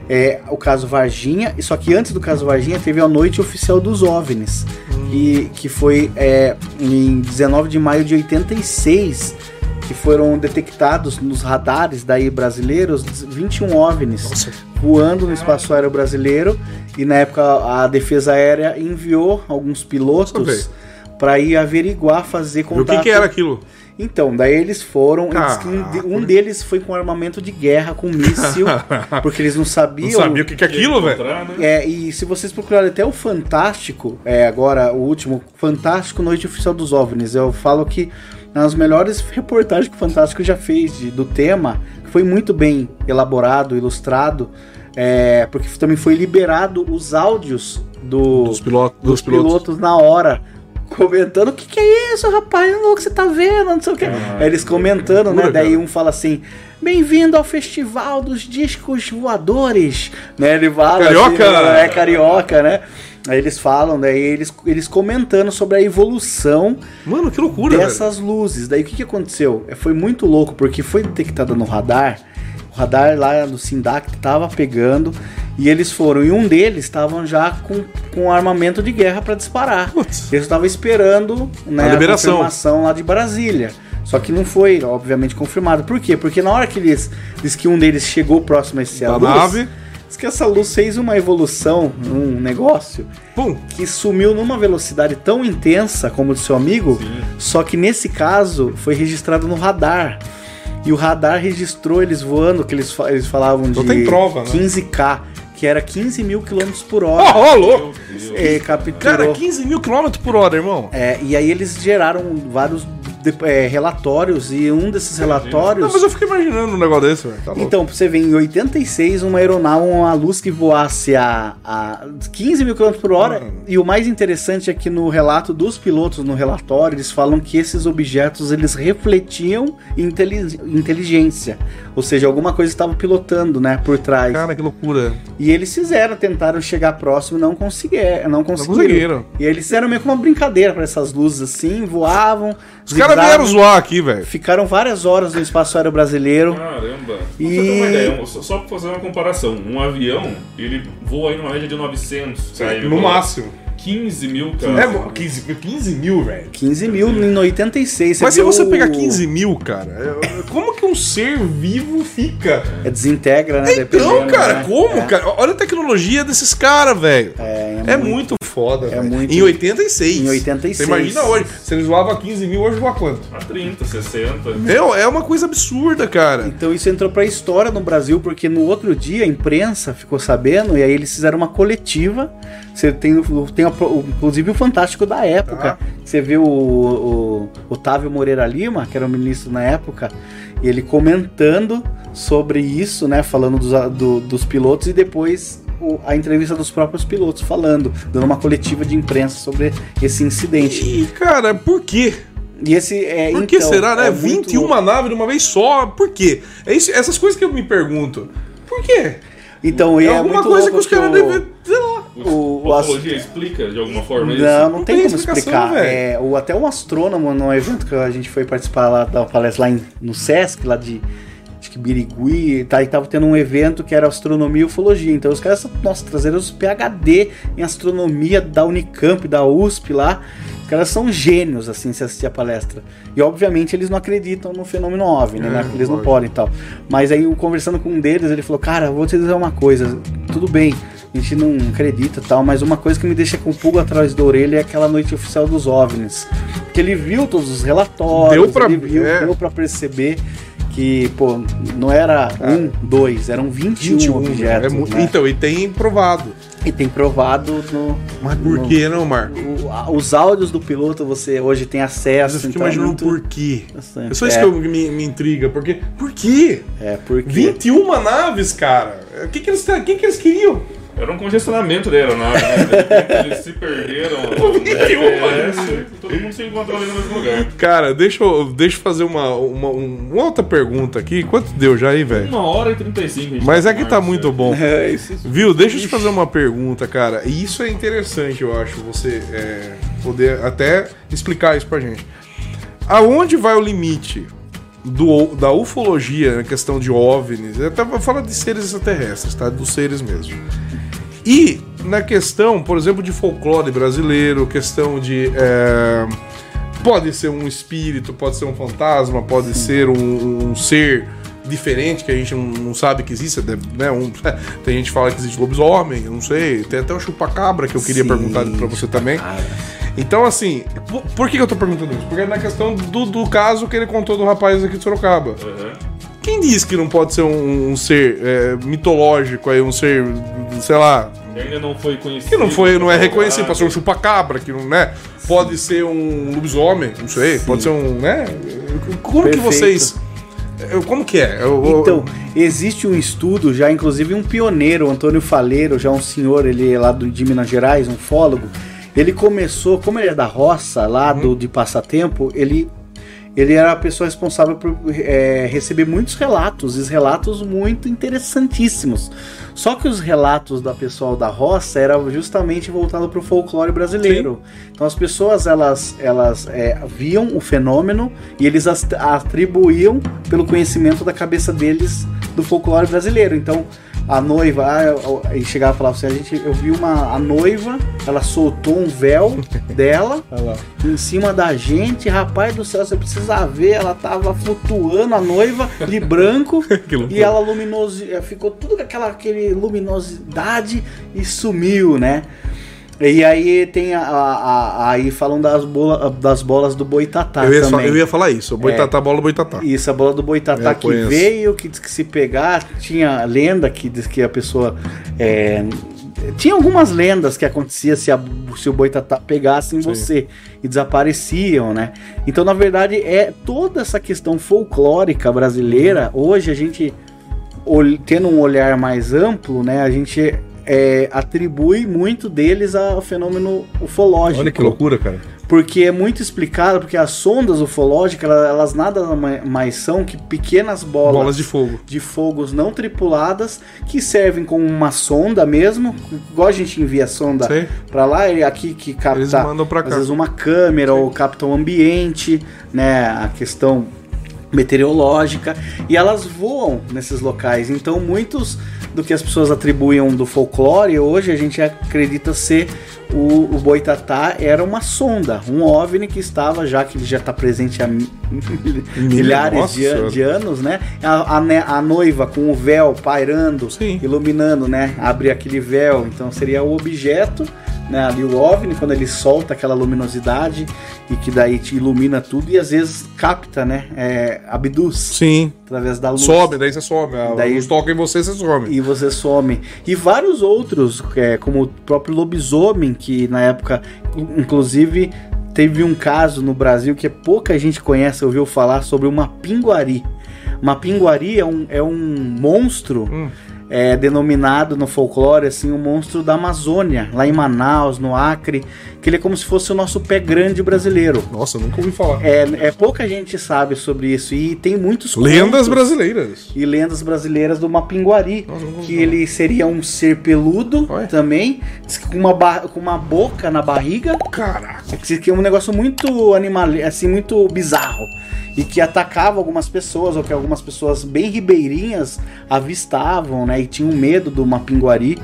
Speaker 2: É, o caso Varginha, e só que antes do caso Varginha teve a Noite Oficial dos OVNIs,
Speaker 3: Hum.
Speaker 2: que, que foi é, em 19 de maio de 86, que foram detectados nos radares daí brasileiros 21 OVNIs voando no espaço aéreo brasileiro e na época a defesa aérea enviou alguns pilotos para ir averiguar, fazer
Speaker 3: E o
Speaker 2: contato.
Speaker 3: que, que era aquilo?
Speaker 2: Então, daí eles foram. eles que um de-
Speaker 3: Caraca.
Speaker 2: um deles foi com armamento de guerra, com míssil, porque eles não sabiam.
Speaker 3: Não sabia o que, que é aquilo, velho.
Speaker 4: Encontrar, né?
Speaker 2: É, e se vocês procurarem até o Fantástico, é agora o último, Fantástico Noite Oficial dos OVNIs, eu falo que nas melhores reportagens que o Fantástico já fez de- do tema, que foi muito bem elaborado, ilustrado, é, porque também foi liberado os áudios do-
Speaker 3: Dos pilotos.
Speaker 2: dos pilotos. na hora. Comentando, o que, que é isso, rapaz? Não, o que você tá vendo? Não sei o que. Aí eles comentando, né?
Speaker 3: loucura,
Speaker 2: Daí
Speaker 3: cara.
Speaker 2: um fala assim: Bem-vindo ao Festival dos Discos Voadores. Né? Ele fala.
Speaker 3: Carioca!
Speaker 2: assim, né, é carioca, né? Aí eles falam, daí eles, eles comentando sobre a evolução
Speaker 3: Mano, que loucura, velho.
Speaker 2: dessas luzes. Daí o que, que aconteceu? É, Foi muito louco, porque foi detectada no radar. O radar lá do Sindac tava pegando. E eles foram. E um deles estavam já com, com armamento de guerra para disparar.
Speaker 3: Putz.
Speaker 2: Eles estavam esperando né,
Speaker 3: A liberação.
Speaker 2: confirmação lá de Brasília. Só que não foi, obviamente, confirmado. Por quê? Porque na hora que eles diz que um deles chegou próximo a esse
Speaker 3: Da
Speaker 2: a luz,
Speaker 3: nave.
Speaker 2: diz que essa luz fez uma evolução, um negócio
Speaker 3: Pum.
Speaker 2: que sumiu numa velocidade tão intensa como o do seu amigo, só que nesse caso foi registrado no radar. E o radar registrou eles voando, que eles, fa- eles falavam
Speaker 3: Então
Speaker 2: de
Speaker 3: tem prova, né?
Speaker 2: 15K, que era 15 mil quilômetros por
Speaker 3: Ó,
Speaker 2: hora.
Speaker 3: ó, louco.
Speaker 4: Meu Deus.
Speaker 2: É, capturou.
Speaker 3: oh! Cara, 15 mil quilômetros por hora, irmão.
Speaker 2: É, e aí eles geraram vários de- é, relatórios, e um desses relatórios.
Speaker 3: Não, mas eu fico imaginando um negócio desse, velho. Tá louco.
Speaker 2: Então, pra você ver, em 86, uma aeronave, uma luz que voasse a, a 15 mil km por hora.
Speaker 3: Mano.
Speaker 2: E o mais interessante é que no relato dos pilotos, no relatório, eles falam que esses objetos, eles refletiam inteli- inteligência. Ou seja, alguma coisa estava pilotando, né, por trás.
Speaker 3: Cara, que loucura.
Speaker 2: E eles fizeram, tentaram chegar próximo, não conseguiram. Não
Speaker 3: Não
Speaker 2: conseguiram.
Speaker 3: conseguiram.
Speaker 2: E eles fizeram meio que uma brincadeira para essas luzes assim, voavam.
Speaker 3: Os caras
Speaker 2: zigue-zague,
Speaker 3: vieram zoar aqui, velho.
Speaker 2: Ficaram várias horas no espaço aéreo brasileiro.
Speaker 4: Caramba! Pra
Speaker 2: E-
Speaker 4: Você ter uma ideia, só, só pra fazer uma comparação, um avião, ele voa aí numa média de 900 km.
Speaker 3: No máximo.
Speaker 4: 15 mil, cara.
Speaker 3: É, mo- 15, mil- 15 mil, velho.
Speaker 2: 15 mil em 86.
Speaker 3: Mas se
Speaker 2: viu
Speaker 3: você
Speaker 2: o-
Speaker 3: pegar 15 mil, cara, é- é- como que um ser vivo fica?
Speaker 2: É desintegra, né?
Speaker 3: Então,
Speaker 2: dependendo,
Speaker 3: cara,
Speaker 2: né?
Speaker 3: como,
Speaker 2: É.
Speaker 3: cara? Olha a tecnologia desses caras, velho.
Speaker 2: É,
Speaker 3: É muito foda,
Speaker 2: É
Speaker 3: velho.
Speaker 2: muito-
Speaker 3: Em 86.
Speaker 2: Em 86.
Speaker 3: Você imagina hoje. Se eles voavam 15 mil, hoje voa quanto?
Speaker 4: A 30, 60.
Speaker 3: Meu, é uma coisa absurda, cara.
Speaker 2: Então isso entrou pra história no Brasil, porque no outro dia a imprensa ficou sabendo, e aí eles fizeram uma coletiva. Você tem, o- tem a pro- inclusive o Fantástico da época.
Speaker 3: Tá.
Speaker 2: Você vê o, o Otávio Moreira Lima, que era o ministro na época, e ele comentando sobre isso, né? Falando dos, a- do- dos pilotos e depois o- a entrevista dos próprios pilotos falando, dando uma coletiva de imprensa sobre esse incidente.
Speaker 3: E, cara, por quê?
Speaker 2: E esse é.
Speaker 3: Por que
Speaker 2: então,
Speaker 3: será, né?
Speaker 2: é muito
Speaker 3: 21
Speaker 2: louco.
Speaker 3: naves de uma vez só, por quê? É isso, essas coisas que eu me pergunto. Por quê?
Speaker 2: Então, e
Speaker 3: É,
Speaker 2: é,
Speaker 3: alguma
Speaker 2: muito
Speaker 3: coisa que
Speaker 2: louco
Speaker 3: os caras
Speaker 2: o-
Speaker 3: devem. Sei lá.
Speaker 2: O- o
Speaker 4: Patologia explica de alguma forma é isso?
Speaker 2: Não, não,
Speaker 3: Não
Speaker 2: tem,
Speaker 3: tem
Speaker 2: como
Speaker 3: explicação,
Speaker 2: explicar.
Speaker 3: velho.
Speaker 2: É, o, até um astrônomo num evento que a gente foi participar lá da palestra lá em- no Sesc, lá de acho que Birigui, tá, e tava tendo um evento que era astronomia e ufologia. Então os caras, nossa, trazeram os PhD em astronomia da Unicamp, da USP lá. Os caras são gênios, assim, se assistir a palestra. E obviamente eles não acreditam no fenômeno OVNI, né?
Speaker 3: É,
Speaker 2: Porque eles não podem e tal. Mas aí, eu conversando com um deles, ele falou: Cara, vou te dizer uma coisa, tudo bem, a gente não acredita e tal, mas uma coisa que me deixa com o pulgo atrás da orelha é aquela noite oficial dos OVNIs. Porque ele viu todos os relatórios,
Speaker 3: Deu pra-
Speaker 2: ele viu,
Speaker 3: é.
Speaker 2: deu pra perceber que, pô, não era
Speaker 3: É.
Speaker 2: um, dois, eram 21,
Speaker 3: velho, é
Speaker 2: objetos.
Speaker 3: muito-
Speaker 2: né?
Speaker 3: Então, e tem provado.
Speaker 2: E tem provado no.
Speaker 3: Mas por
Speaker 2: no-
Speaker 3: que, não, Marco?
Speaker 2: o- a- os áudios do piloto você hoje tem
Speaker 3: Mas
Speaker 2: acesso.
Speaker 3: eu fico
Speaker 2: então é
Speaker 3: imaginando
Speaker 2: muito
Speaker 3: por quê.
Speaker 2: interessante.
Speaker 3: É só isso que eu- me, me intriga, porque. Por quê?
Speaker 2: É, porque.
Speaker 3: 21 naves, cara. O que, que, eles, o que, que eles queriam?
Speaker 4: Era um congestionamento da aeronave, né? Eles se perderam. FPS, todo mundo se encontrou ali no mesmo lugar.
Speaker 3: Cara, deixa eu, deixa eu fazer uma, uma, um- uma outra pergunta aqui. Quanto deu já aí, velho?
Speaker 4: Uma hora e 35. a gente
Speaker 3: Mas é que
Speaker 4: falando,
Speaker 3: tá
Speaker 4: certo?
Speaker 3: muito bom.
Speaker 2: É, isso-
Speaker 3: Viu, deixa eu te fazer uma pergunta, cara. E isso é interessante, eu acho, você é, poder até explicar isso pra gente. Aonde vai o limite do, da ufologia na questão de OVNIs? Até fala de seres extraterrestres, tá? Dos seres mesmo. E na questão, por exemplo, de folclore brasileiro, questão de é, Pode ser um espírito, pode ser um fantasma, pode ser um, um ser diferente que a gente não, não sabe que existe. até, Né? Um- tem gente que fala que existe lobisomem, eu não sei. Tem até o chupacabra que eu queria
Speaker 2: Sim, Ah.
Speaker 3: perguntar pra você também. Então, assim, por, por que eu tô perguntando isso? Porque é na questão do, do caso que ele contou do rapaz aqui de Sorocaba.
Speaker 4: Aham.
Speaker 3: Quem diz que não pode ser um, um ser é, mitológico aí, um ser, sei lá,
Speaker 4: Que ainda não foi conhecido.
Speaker 3: que não foi, não é reconhecido, pode ser um
Speaker 4: procurado.
Speaker 3: chupacabra, que não, né? Pode ser um lobisomem, não sei, pode ser um, né? Como que
Speaker 2: Perfeito.
Speaker 3: vocês... eu- Como que é? Eu- eu-
Speaker 2: Então, existe um estudo já, inclusive um pioneiro, Antônio Faleiro, já um senhor, ele é lá do, de Minas Gerais, um fólogo. Ele começou, como ele é da roça, lá do, de passatempo, ele, ele era a pessoa responsável por é, receber muitos relatos, e relatos muito interessantíssimos. Só que os relatos da pessoal da roça eram justamente voltado para o folclore brasileiro. Então as pessoas elas, elas é, viam o fenômeno e eles as- atribuíam pelo conhecimento da cabeça deles do folclore brasileiro. Então a noiva, ah, eu- eu- e chegava e falava assim, a gente, eu vi uma a noiva, ela soltou um véu dela
Speaker 3: Olha lá.
Speaker 2: em cima da gente, rapaz do céu, você precisa ver, ela tava flutuando a noiva de branco e ela luminosi eh, ficou tudo com aquela aquele luminosidade e sumiu, né? E aí tem a, a- a- aí falam das, bola, das bolas do boitatá
Speaker 3: eu, ia fa-
Speaker 2: tá também. É.
Speaker 3: eu ia falar isso, boitatá, bola, boitatá.
Speaker 2: Isso, a bola do Boitatá
Speaker 3: Eu
Speaker 2: que
Speaker 3: conheço.
Speaker 2: veio, que diz que se pegar, tinha lenda que diz que a pessoa. é, tinha algumas lendas que acontecia se, a- se o Boitatá pegasse em você e desapareciam, né? Então, na verdade, é toda essa questão folclórica brasileira, hoje a gente, ol- tendo um olhar mais amplo, né, a gente. é, atribui muito deles ao fenômeno ufológico.
Speaker 3: Olha que loucura, cara.
Speaker 2: Porque é muito explicado, porque as sondas ufológicas, ela- elas nada ma- mais são que pequenas bolas,
Speaker 3: Bolas de fogo.
Speaker 2: de fogos não tripuladas que servem como uma sonda mesmo. Igual a gente envia a sonda
Speaker 3: Sei.
Speaker 2: pra lá, e aqui que capta
Speaker 3: Eles mandam pra
Speaker 2: Tá, às
Speaker 3: cá.
Speaker 2: vezes uma câmera ou capta o ambiente, né, a questão meteorológica e elas voam nesses locais. Então, muitos do que as pessoas atribuem do folclore hoje a gente acredita ser o, o Boitatá era uma sonda, um OVNI que estava já que ele já está presente há mi- milhares
Speaker 3: Nossa
Speaker 2: de, an-
Speaker 3: Senhora.
Speaker 2: de anos, né? A, a ne- a noiva com o véu pairando,
Speaker 3: Sim.
Speaker 2: iluminando, né? Abre aquele véu, então seria o objeto, né? Ali o OVNI, quando ele solta aquela luminosidade e que daí te ilumina tudo e às vezes capta, né? É, abduz
Speaker 3: Sim.
Speaker 2: através da luz.
Speaker 3: Some, daí você some. A
Speaker 2: Daí-
Speaker 3: luz toca em você, você some.
Speaker 2: E você some. E vários outros, é, como o próprio lobisomem, que na época, in- inclusive, teve um caso no Brasil que pouca gente conhece, ouviu falar, sobre uma pinguari. Uma pinguari é um, é um monstro
Speaker 3: Hum.
Speaker 2: é, denominado no folclore assim o monstro da Amazônia, lá em Manaus, no Acre, que ele é como se fosse o nosso pé grande brasileiro.
Speaker 3: Nossa, eu nunca ouvi falar.
Speaker 2: É, é pouca gente sabe sobre isso e tem muitos
Speaker 3: Lendas
Speaker 2: contos
Speaker 3: brasileiras.
Speaker 2: e lendas brasileiras do Mapinguari,
Speaker 3: Nossa, não vou
Speaker 2: que
Speaker 3: falar.
Speaker 2: ele seria um ser peludo
Speaker 3: Olha.
Speaker 2: também, diz que com uma, ba- com uma boca na barriga,
Speaker 3: Caraca.
Speaker 2: diz que é um negócio muito animal, assim, muito bizarro, e que atacava algumas pessoas, ou que algumas pessoas bem ribeirinhas avistavam, né, e tinham medo do Mapinguari.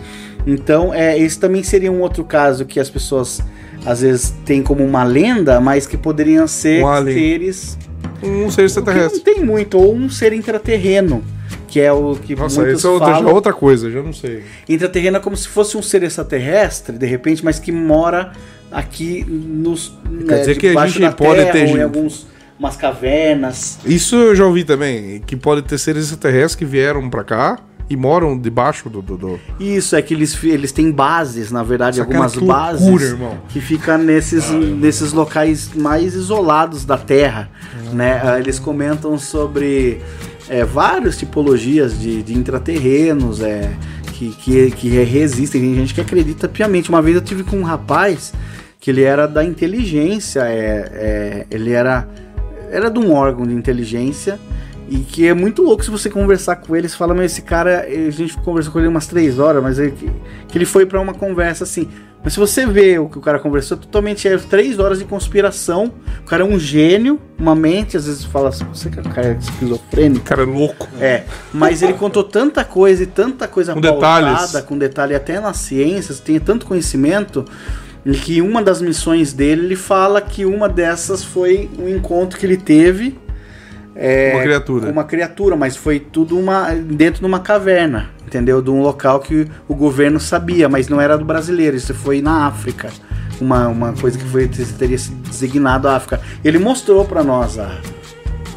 Speaker 2: Então, é, esse também seria um outro caso que as pessoas às vezes têm como uma lenda, mas que poderiam ser
Speaker 3: Um alien.
Speaker 2: seres
Speaker 3: Um ser
Speaker 2: o que não
Speaker 3: extraterrestre.
Speaker 2: tem muito, ou um ser intraterreno, que é o que
Speaker 3: Nossa,
Speaker 2: muitos
Speaker 3: isso é outra,
Speaker 2: falam.
Speaker 3: outra coisa, já não sei.
Speaker 2: Intraterreno é como se fosse um ser extraterrestre, de repente, mas que mora aqui nos né,
Speaker 3: dizer que a
Speaker 2: debaixo
Speaker 3: gente
Speaker 2: da
Speaker 3: pode
Speaker 2: terra,
Speaker 3: ter
Speaker 2: ou em
Speaker 3: gente-
Speaker 2: algumas umas cavernas.
Speaker 3: Isso eu já ouvi também, que pode ter seres extraterrestres que vieram pra cá e moram debaixo do. do, do-
Speaker 2: Isso é que eles, fi- eles têm bases, na verdade,
Speaker 3: Nossa, cara,
Speaker 2: algumas
Speaker 3: que é loucura,
Speaker 2: bases
Speaker 3: irmão.
Speaker 2: que ficam nesses, nesses locais mais isolados da Terra,
Speaker 3: Uhum.
Speaker 2: né? Ah, Eles comentam sobre é, várias tipologias de, de intraterrenos, é, que, que, que resistem. Tem gente que acredita piamente. Uma vez eu tive com um rapaz que ele era da inteligência, é, é, ele era era de um órgão de inteligência e que é muito louco se você conversar com eles. Fala, mas esse cara, eh, a gente conversou com ele umas três horas, mas ele, que- que ele foi pra uma conversa assim. Mas se você vê o que o cara conversou, totalmente é três horas de conspiração. O cara é um gênio, uma mente, às vezes fala assim, você que é um cara esquizofrênico.
Speaker 3: Cara, é louco.
Speaker 2: É, mas ele contou tanta coisa e tanta coisa
Speaker 3: Com detalhes.
Speaker 2: com detalhe até nas ciências, tem tanto conhecimento Em que uma das missões dele, ele fala que uma dessas foi um encontro que ele teve é,
Speaker 3: Uma criatura.
Speaker 2: com uma criatura, mas foi tudo uma, dentro de uma caverna, entendeu? De um local que o governo sabia, mas não era do brasileiro, isso foi na África. Uma, uma coisa que foi, teria se designado à África. Ele mostrou pra nós a,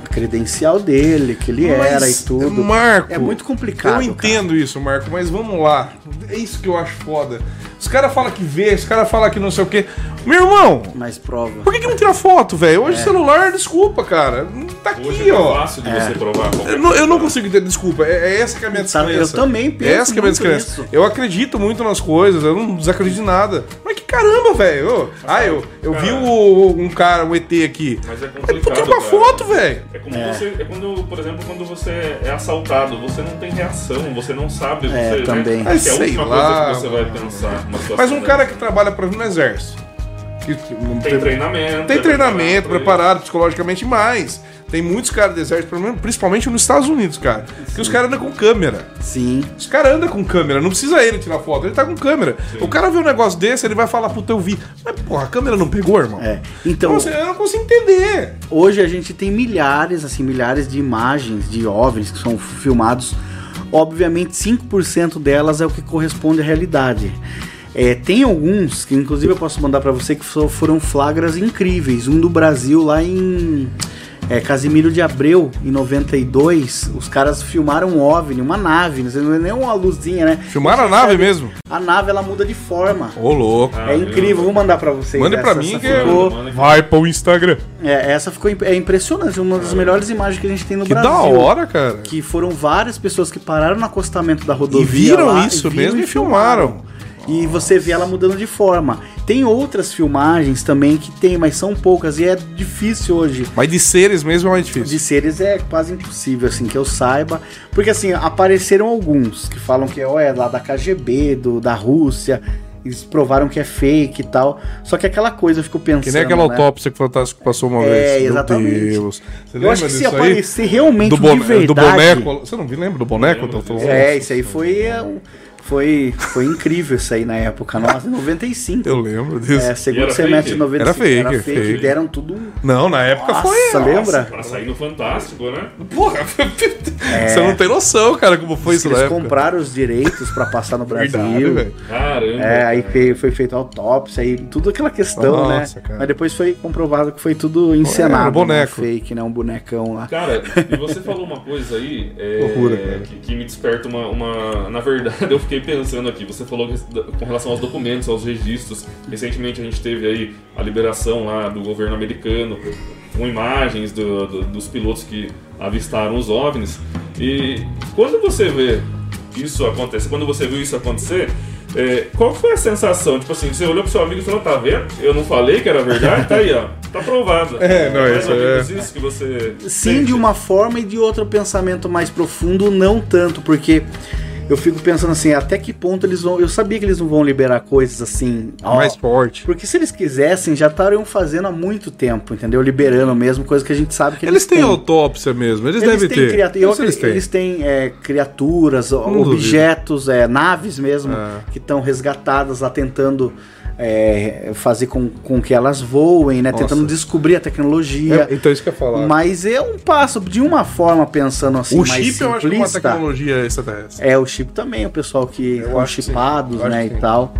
Speaker 2: a credencial dele, que ele era e
Speaker 3: Mas, um
Speaker 2: tudo.
Speaker 3: Marco,
Speaker 2: é muito
Speaker 3: Eu
Speaker 2: complicado.
Speaker 3: entendo isso, Marco, mas vamos lá. É isso que eu acho foda. Os caras falam que vê, os caras falam que não sei o quê. Meu irmão,
Speaker 2: Cara. Mas prova.
Speaker 3: por que, que não tira foto, velho?
Speaker 2: É.
Speaker 3: Hoje o celular, desculpa, cara. Não Tá aqui,
Speaker 4: Hoje é
Speaker 3: ó.
Speaker 4: fácil de você provar qualquer
Speaker 3: Eu não, eu não
Speaker 4: coisa.
Speaker 3: consigo entender, desculpa. É, é essa que é a minha
Speaker 2: Sabe,
Speaker 3: descrença.
Speaker 2: eu também penso
Speaker 3: É essa que é a minha
Speaker 2: muito
Speaker 3: descrença.
Speaker 2: nisso.
Speaker 3: Eu acredito muito nas coisas, eu não desacredito em nada. Mas que caramba, velho. Ô, Ah, eu, eu vi
Speaker 4: Cara.
Speaker 3: o- um cara, um ET aqui.
Speaker 4: é Mas é
Speaker 3: Mas por que
Speaker 4: complicado,
Speaker 3: uma
Speaker 4: cara.
Speaker 3: foto, velho?
Speaker 4: É como
Speaker 2: É.
Speaker 4: você. É quando, por exemplo, quando você é assaltado, você não tem reação, você não sabe.
Speaker 2: É,
Speaker 4: você,
Speaker 2: também.
Speaker 4: Né? Que é a
Speaker 3: Sei
Speaker 4: última
Speaker 3: lá,
Speaker 4: coisa que você vai
Speaker 3: mano.
Speaker 4: pensar. numa situação
Speaker 3: Mas um cara
Speaker 4: dessa.
Speaker 3: que trabalha, por exemplo, no exército. que- que não
Speaker 4: Tem treinamento.
Speaker 3: Tem
Speaker 4: é
Speaker 3: treinamento,
Speaker 4: pra isso.
Speaker 3: preparado psicologicamente mais. Tem muitos caras do exército, pelo menos- principalmente nos Estados Unidos, cara. Porque os caras andam com câmera.
Speaker 2: Sim.
Speaker 3: Os caras andam com câmera, não precisa ele tirar foto, ele tá com câmera. O cara vê um negócio desse, ele vai falar, puta, eu vi. Mas, porra, a câmera não pegou, irmão?
Speaker 2: É.
Speaker 3: Então,
Speaker 2: Então,
Speaker 3: Nossa, eu não consigo entender.
Speaker 2: hoje a gente tem milhares, assim, milhares de imagens de OVNIs que são filmados. Obviamente, 5% delas é o que corresponde à realidade. É, tem alguns que, inclusive, eu posso mandar pra você que so- foram flagras incríveis. Um do Brasil lá em é, Casimiro de Abreu, em 92, os caras filmaram um OVNI, uma nave, não sei, não é nem uma luzinha, né?
Speaker 3: Filmaram a nave mesmo.
Speaker 2: A nave ela muda de forma.
Speaker 3: Ô, louco.
Speaker 4: Ah,
Speaker 2: é
Speaker 4: meu.
Speaker 2: incrível, vou mandar pra vocês.
Speaker 3: Mande pra
Speaker 2: essa-
Speaker 3: mim
Speaker 2: essa
Speaker 3: que eu-
Speaker 2: ficou-
Speaker 4: Manda que-
Speaker 3: Vai pro Instagram.
Speaker 2: é, essa ficou imp- é impressionante, uma das melhores imagens que a gente tem no
Speaker 3: Que
Speaker 2: Brasil.
Speaker 3: da hora, cara.
Speaker 2: Que foram várias pessoas que pararam no acostamento da rodovia.
Speaker 3: E viram
Speaker 2: lá,
Speaker 3: isso
Speaker 2: viram
Speaker 3: mesmo e filmaram.
Speaker 2: E você vê ela mudando de forma. Tem outras filmagens também que tem, mas são poucas e é difícil hoje.
Speaker 3: Mas de seres mesmo é mais difícil.
Speaker 2: De seres é quase impossível, assim, que eu saiba. Porque, assim, apareceram alguns que falam que ó, é lá da KGB, do, da Rússia. Eles provaram que é fake e tal. Só que é aquela coisa, eu fico pensando.
Speaker 3: Que nem aquela
Speaker 2: né?
Speaker 3: autópsia que o Fantástico passou uma
Speaker 2: É,
Speaker 3: vez.
Speaker 2: exatamente.
Speaker 3: Meu Deus. Você
Speaker 2: Eu acho que se aparecer realmente
Speaker 3: do,
Speaker 2: um
Speaker 3: bone-
Speaker 2: de verdade,
Speaker 3: do boneco. Você não vi- lembra do boneco?
Speaker 4: Lembro
Speaker 3: Tô falando?
Speaker 2: É, isso aí foi, é, um- foi, foi incrível isso aí na época. Nossa, em 95.
Speaker 3: Eu lembro disso.
Speaker 2: É,
Speaker 4: E
Speaker 2: segundo
Speaker 4: era
Speaker 2: semestre
Speaker 4: fake?
Speaker 2: de 95.
Speaker 3: Era fake, fake.
Speaker 2: Deram tudo. um-
Speaker 3: Não, na época
Speaker 2: Nossa,
Speaker 3: foi.
Speaker 2: lembra?
Speaker 4: Pra sair no Fantástico, né?
Speaker 3: Porra, você não tem noção, cara, como foi
Speaker 2: Diz
Speaker 3: isso
Speaker 2: É. que
Speaker 3: na
Speaker 2: Eles
Speaker 3: época. É
Speaker 2: compraram assim, os direitos pra passar no
Speaker 3: Verdade,
Speaker 2: Brasil.
Speaker 3: velho.
Speaker 4: Caramba.
Speaker 2: é, aí
Speaker 4: cara.
Speaker 2: fe- foi feita autópsia e tudo aquela questão,
Speaker 3: Nossa,
Speaker 2: né?
Speaker 3: cara.
Speaker 2: Mas depois foi comprovado que foi tudo encenado.
Speaker 3: Era um boneco.
Speaker 2: Né? Fake, né? Um bonecão lá.
Speaker 4: Cara, e você falou uma coisa aí é,
Speaker 3: Loucura, cara.
Speaker 4: que, que me desperta uma, uma- Na verdade, eu fiquei pensando aqui. Você falou que- com relação aos documentos, aos registros. Recentemente a gente teve aí a liberação lá do governo americano com imagens do- do- dos pilotos que avistaram os OVNIs. E quando você vê isso acontecer, quando você viu isso acontecer. é, qual foi a sensação? Tipo assim, você olhou pro seu amigo e falou, tá vendo? Eu não falei que era verdade, tá aí, ó. Tá provado. tipo,
Speaker 3: É, não,
Speaker 4: Mais
Speaker 3: isso
Speaker 4: ou menos
Speaker 3: é-
Speaker 4: isso que você
Speaker 2: Sim, de
Speaker 3: um-
Speaker 4: sente.
Speaker 2: uma forma e de outro pensamento mais profundo, não tanto, porque eu fico pensando assim, até que ponto eles vão. Eu sabia que eles não vão liberar coisas assim.
Speaker 3: É
Speaker 2: ó,
Speaker 3: Mais forte.
Speaker 2: Porque se eles quisessem, já estariam fazendo há muito tempo, entendeu? Liberando mesmo, coisa que a gente sabe que eles,
Speaker 3: Eles têm autópsia mesmo, eles,
Speaker 2: Eles
Speaker 3: devem
Speaker 2: têm,
Speaker 3: ter.
Speaker 2: criatu- eu
Speaker 3: Isso eles
Speaker 2: acredito-
Speaker 3: têm.
Speaker 2: eles têm é, criaturas, ó,
Speaker 3: duvido.
Speaker 2: objetos, é, naves mesmo,
Speaker 3: É.
Speaker 2: que estão resgatadas lá tentando é, fazer com, com que elas voem, né?
Speaker 3: Nossa.
Speaker 2: Tentando descobrir a tecnologia.
Speaker 3: É, então isso que eu ia falar.
Speaker 2: Mas é um passo, de uma forma pensando assim,
Speaker 3: o
Speaker 2: mais
Speaker 3: chip eu acho que é uma
Speaker 2: simplista.
Speaker 3: tecnologia extraterrestre.
Speaker 2: É, o chip também, o pessoal que
Speaker 3: Eu
Speaker 2: são
Speaker 3: acho que sim.
Speaker 2: chipados,
Speaker 3: Eu acho
Speaker 2: né,
Speaker 3: que
Speaker 2: e
Speaker 3: sim.
Speaker 2: tal.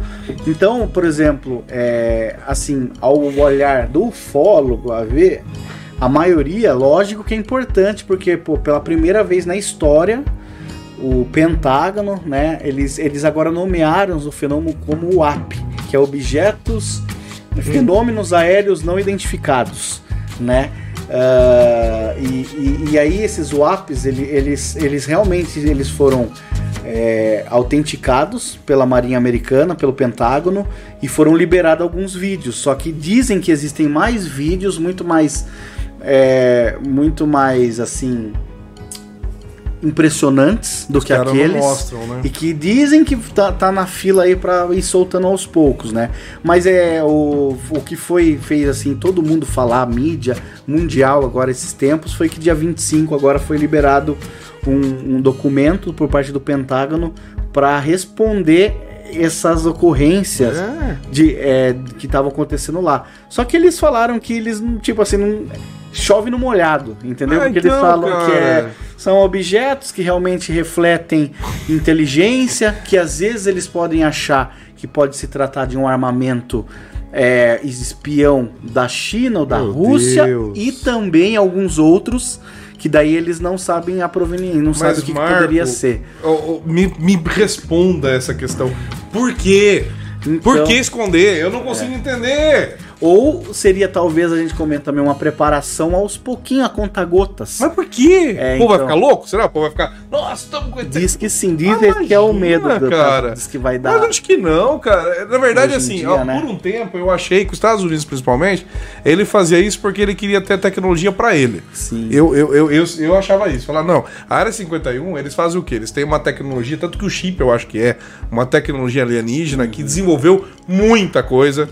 Speaker 2: Então, por exemplo, é, assim, ao olhar do ufólogo, a ver, a maioria, lógico que é importante, porque, pô, pela primeira vez na história, o Pentágono, né, eles, eles agora nomearam o fenômeno como o AP, que é Objetos, Fenômenos Aéreos Não Identificados, né? Ah, e, e- e aí esses WAPs, ele- eles, eles realmente eles foram é, autenticados pela Marinha Americana, pelo Pentágono, e foram liberados alguns vídeos. Só que dizem que existem mais vídeos, muito mais, é, muito mais assim impressionantes do que
Speaker 3: caras não
Speaker 2: aqueles.
Speaker 3: mostram, né?
Speaker 2: E que dizem que tá, tá na fila aí pra ir soltando aos poucos, né? Mas é o, o que foi, fez assim, todo mundo falar, a mídia mundial agora esses tempos, foi que dia 25 agora foi liberado um, um documento por parte do Pentágono para responder essas ocorrências
Speaker 3: É.
Speaker 2: de, é, que estavam acontecendo lá. Só que eles falaram que eles, tipo assim, não. Chove no molhado, entendeu?
Speaker 3: Ah,
Speaker 2: Porque eles
Speaker 3: então,
Speaker 2: falam que é,
Speaker 3: cara.
Speaker 2: são objetos que realmente refletem inteligência, que às vezes eles podem achar que pode se tratar de um armamento é, espião da China ou da
Speaker 3: Meu
Speaker 2: Rússia
Speaker 3: Deus.
Speaker 2: e também alguns outros que daí eles não sabem a proveniência, não sabem o que, que
Speaker 3: Marco,
Speaker 2: poderia ser.
Speaker 3: ô, ô, me, me responda essa questão. Por quê? Por
Speaker 2: Então- É.
Speaker 3: que esconder? Eu não consigo entender.
Speaker 2: Ou seria talvez a gente comenta também uma preparação aos pouquinho a conta gotas.
Speaker 3: Mas por quê?
Speaker 2: É,
Speaker 3: o povo vai
Speaker 2: então.
Speaker 3: ficar louco? Será? O povo vai ficar. Nossa, estamos com
Speaker 2: Diz que sim, diz que é o medo
Speaker 3: Imagina,
Speaker 2: do-
Speaker 3: cara.
Speaker 2: diz que vai
Speaker 3: Mas
Speaker 2: dar.
Speaker 3: acho que não, cara. Na verdade,
Speaker 2: Hoje em
Speaker 3: assim,
Speaker 2: dia,
Speaker 3: ó,
Speaker 2: né?
Speaker 3: por um tempo eu achei que os Estados Unidos, principalmente, ele fazia isso porque ele queria ter tecnologia pra ele.
Speaker 2: Sim.
Speaker 3: Eu, eu, eu, eu, eu achava isso. Falar, não, a área 51, eles fazem o quê? Eles têm uma tecnologia, tanto que o chip eu acho que é, uma tecnologia alienígena
Speaker 2: Uhum.
Speaker 3: que desenvolveu muita coisa,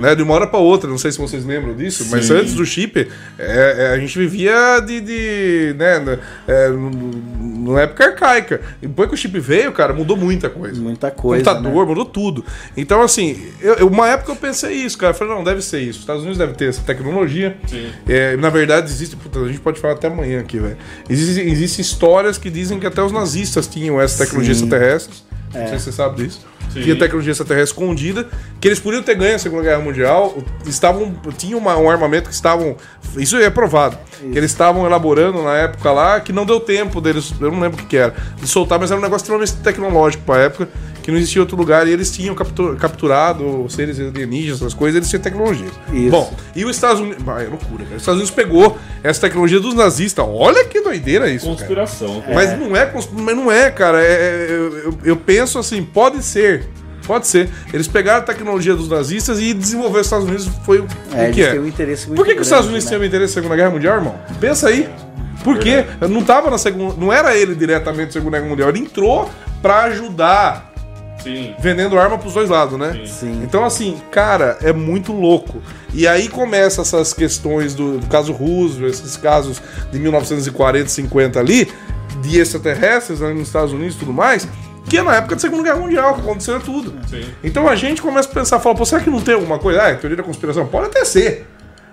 Speaker 3: né? De uma hora pra outra, não sei se vocês lembram disso, mas
Speaker 2: Sim.
Speaker 3: antes do chip, é, é, a gente vivia de. de né, na- é, numa época arcaica. E Depois que o chip veio, cara, mudou muita coisa.
Speaker 2: Muita coisa. né?
Speaker 3: Computador, mudou tudo. Então, assim, eu- eu- uma época eu pensei isso, cara. Eu falei, não, deve ser isso. Os Estados Unidos devem ter essa tecnologia.
Speaker 4: Sim.
Speaker 3: É, na verdade, existe. Puta, a gente pode falar até amanhã aqui, velho. Existe- Existem histórias que dizem que até os nazistas tinham essa tecnologia
Speaker 2: Sim. É.
Speaker 3: extraterrestre. Não sei se você sabe disso.
Speaker 4: Sim.
Speaker 3: Tinha tecnologia extraterrestre escondida, que eles podiam ter ganho a Segunda Guerra Mundial. Estavam, tinham uma- um armamento que estavam. Isso é provado. Que eles estavam elaborando na época lá, que não deu tempo deles. Eu não lembro o que, que era. De soltar, mas era um negócio extremamente tecnológico pra época, que não existia em outro lugar. E eles tinham captu- capturado seres alienígenas, essas coisas, eles tinham tecnologias.
Speaker 2: Isso.
Speaker 3: Bom, e os Estados Unidos. Ah, é loucura, cara. Os Estados Unidos pegou essa tecnologia dos nazistas. Olha que doideira isso. Cara.
Speaker 4: Conspiração. cara.
Speaker 3: Mas não é, cons- mas não é, cara. É- é- eu, eu- eu penso assim, pode ser. Pode ser. Eles pegaram a tecnologia dos nazistas e desenvolveram os Estados Unidos. Foi o,
Speaker 2: É,
Speaker 3: o
Speaker 2: eles
Speaker 3: que é.
Speaker 2: têm um interesse muito
Speaker 3: Por que, que os Estados
Speaker 2: grande,
Speaker 3: Unidos
Speaker 2: né?
Speaker 3: tinham interesse na Segunda Guerra Mundial, irmão? Pensa aí. Por quê? Não tava na segunda. Não era ele diretamente na Segunda Guerra Mundial. Ele entrou pra ajudar
Speaker 4: Sim.
Speaker 3: vendendo arma pros dois lados, né?
Speaker 2: Sim.
Speaker 3: Então, assim, cara, é muito louco. E aí começa essas questões do, do caso Roosevelt, esses casos de 1940, 50 ali, de extraterrestres né, nos Estados Unidos e tudo mais, que é na época da Segunda Guerra Mundial, que aconteceu tudo.
Speaker 4: Sim.
Speaker 3: Então a gente começa a pensar, fala, pô, será que não tem alguma coisa? Ah, é teoria da conspiração? Pode até ser.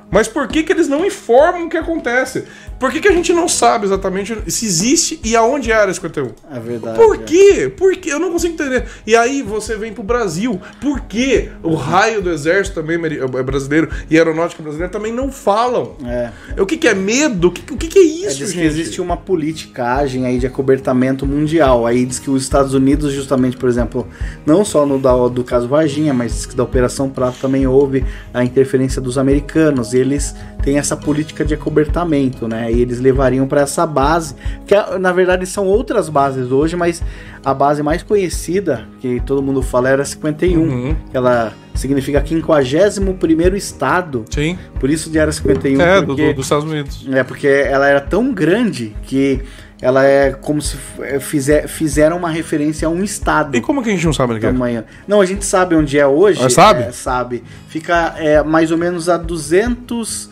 Speaker 3: Mas por que, que eles não informam o que acontece? Por que, que a gente não sabe exatamente se existe e aonde é a Área 51?
Speaker 2: É verdade.
Speaker 3: Por
Speaker 2: é.
Speaker 3: quê? Por quê? Eu não consigo entender. E aí você vem pro Brasil. Por quê? O raio do exército também meri- é brasileiro e a aeronáutica brasileira também não falam.
Speaker 2: É.
Speaker 3: O que, que é medo? O que, o que, que é
Speaker 2: É,
Speaker 3: isso,
Speaker 2: diz
Speaker 3: gente?
Speaker 2: que existe uma politicagem aí de acobertamento mundial. Aí diz que os Estados Unidos, justamente, por exemplo, não só no da- do caso Varginha, mas diz que da Operação Prato também houve a interferência dos americanos. E eles têm essa política de acobertamento, né? E eles levariam para essa base, que na verdade são outras bases hoje, mas a base mais conhecida, que todo mundo fala, era 51.
Speaker 3: Uhum.
Speaker 2: que um. Ela significa 51º estado,
Speaker 3: Sim.
Speaker 2: por isso de Área 51.
Speaker 3: É, do-
Speaker 2: porque...
Speaker 3: do- dos Estados Unidos.
Speaker 2: É porque ela era tão grande que ela é como se f- eh, fizer, fizeram uma referência a um estado.
Speaker 3: E como que a gente não sabe, né?
Speaker 2: Tamanho. Não, a gente sabe onde é hoje.
Speaker 3: Ah, sabe?
Speaker 2: É, sabe. Fica é, mais ou menos a 200,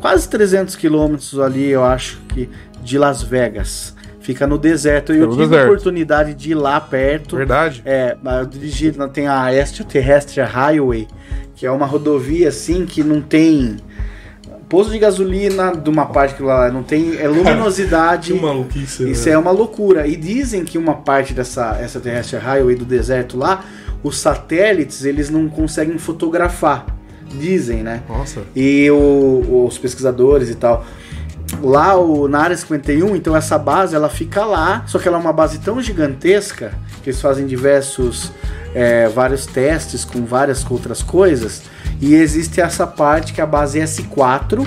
Speaker 2: quase 300 quilômetros ali, eu acho que, de Las Vegas. Fica no deserto. E eu
Speaker 3: no
Speaker 2: tive a
Speaker 3: deserto.
Speaker 2: oportunidade de ir lá perto.
Speaker 3: Verdade.
Speaker 2: É, mas eu dirigi, não tem a Extraterrestrial Highway, que é uma rodovia assim que não tem posto de gasolina de uma parte que lá não tem é luminosidade.
Speaker 3: maluquice.
Speaker 2: Isso é uma loucura. E dizem que uma parte dessa Extraterrestrial Highway do deserto lá, os satélites, eles não conseguem fotografar. Dizem, né?
Speaker 3: Nossa.
Speaker 2: e o- os pesquisadores e tal. Lá o, na área 51, então essa base ela fica lá, só que ela é uma base tão gigantesca que eles fazem diversos, é, vários testes com várias outras coisas. E existe essa parte que é a base S4,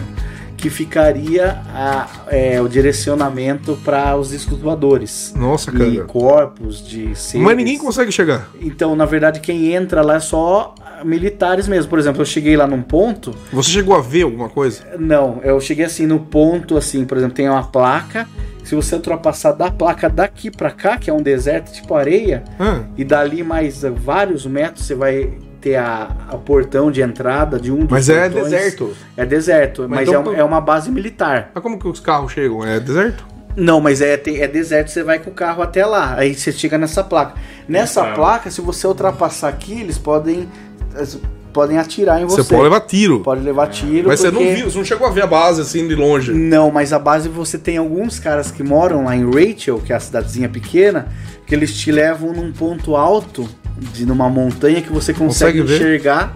Speaker 2: que ficaria a- é, o direcionamento para os discos voadores
Speaker 3: Nossa,
Speaker 2: e
Speaker 3: cara.
Speaker 2: corpos de seres.
Speaker 3: Mas ninguém consegue chegar.
Speaker 2: Então, na verdade, quem entra lá é só militares mesmo. Por exemplo, eu cheguei lá num ponto
Speaker 3: Você chegou a ver alguma coisa?
Speaker 2: não, eu cheguei assim no ponto, assim, por exemplo, tem uma placa. Se você ultrapassar da placa daqui pra cá, que é um deserto tipo areia,
Speaker 3: Ah,
Speaker 2: e dali mais eh, vários metros você vai ter a, a portão de entrada de um dos
Speaker 3: mas é
Speaker 2: portões.
Speaker 3: deserto.
Speaker 2: É deserto,
Speaker 3: Mas
Speaker 2: mas,
Speaker 3: então
Speaker 2: é um-
Speaker 3: tu-
Speaker 2: é, uma base militar.
Speaker 3: Mas como que os carros chegam? É deserto?
Speaker 2: Não, mas é, tem- é deserto, você vai com o carro até lá. Aí você chega nessa placa. Nessa
Speaker 4: Nessa-
Speaker 2: placa, se você ultrapassar aqui, eles podem, eles podem atirar em você.
Speaker 3: Você pode levar tiro.
Speaker 2: Pode levar tiro.
Speaker 3: Mas você não
Speaker 2: porque-
Speaker 3: viu, você não chegou a ver a base assim de longe.
Speaker 2: Não, mas a base você tem alguns caras que moram lá em Rachel, que é a cidadezinha pequena, que eles te levam num ponto alto de numa montanha que você consegue,
Speaker 3: Consegue ver?
Speaker 2: enxergar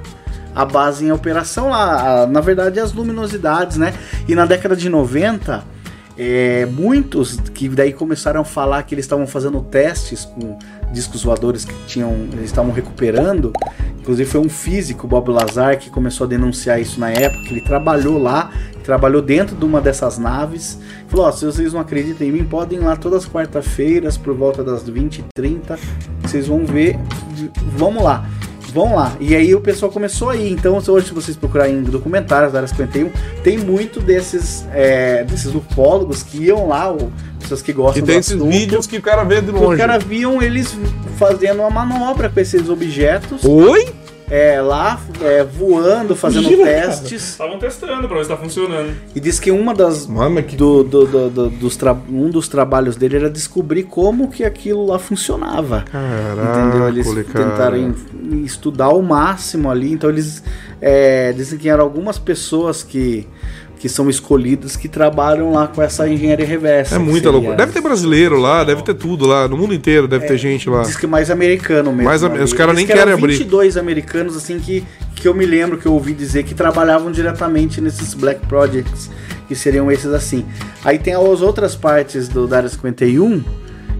Speaker 2: a base em operação lá, a- na verdade as luminosidades, né? E na década de 90, é, muitos que daí começaram a falar que eles estavam fazendo testes com discos voadores que tinham, eles estavam recuperando. Inclusive foi um físico, Bob Lazar, que começou a denunciar isso na época. que Ele trabalhou lá, trabalhou dentro de uma dessas naves. Falou: ó, se vocês não acreditam em mim, podem ir lá todas as quarta-feiras por volta das 20h30. Vocês vão ver. de- Vamos lá. Vão lá. E aí o pessoal começou aí. Então, se hoje se vocês procurarem um em documentários da área 51, tem muito desses, é, desses ufólogos que iam lá, ou pessoas que
Speaker 3: E tem
Speaker 2: gostam do
Speaker 3: esses
Speaker 2: assunto.
Speaker 3: vídeos que o cara vê de
Speaker 2: que Os
Speaker 3: longe.
Speaker 2: caras viam eles fazendo uma manobra com esses objetos,
Speaker 3: Oi?
Speaker 2: é, lá é, voando, fazendo
Speaker 3: Imagina, cara.
Speaker 2: testes.
Speaker 4: Estavam testando pra ver se tá funcionando.
Speaker 2: E diz que uma das,
Speaker 3: Mano, mas que
Speaker 2: do- do- do- do- dos tra- um dos trabalhos dele era descobrir como que aquilo lá funcionava. Entendeu?
Speaker 3: Caraca,
Speaker 2: Eles
Speaker 3: cara.
Speaker 2: tentaram em- estudar ao máximo ali. Então eles é, dizem que eram algumas pessoas que, que são escolhidas que trabalham lá com essa engenharia reversa.
Speaker 3: É
Speaker 2: que
Speaker 3: muita
Speaker 2: seria-
Speaker 3: loucura. Deve ter brasileiro lá, deve ter tudo lá, no mundo inteiro deve
Speaker 2: É.
Speaker 3: ter gente lá.
Speaker 2: Diz que mais americano mesmo.
Speaker 3: Mais am-
Speaker 2: ali.
Speaker 3: os caras
Speaker 2: Diz
Speaker 3: nem
Speaker 2: que eram
Speaker 3: querem abrir.
Speaker 2: 22 americanos, assim, que, que eu me lembro que eu ouvi dizer que trabalhavam diretamente nesses Black Projects, que seriam esses assim. Aí tem as outras partes do, da Área 51,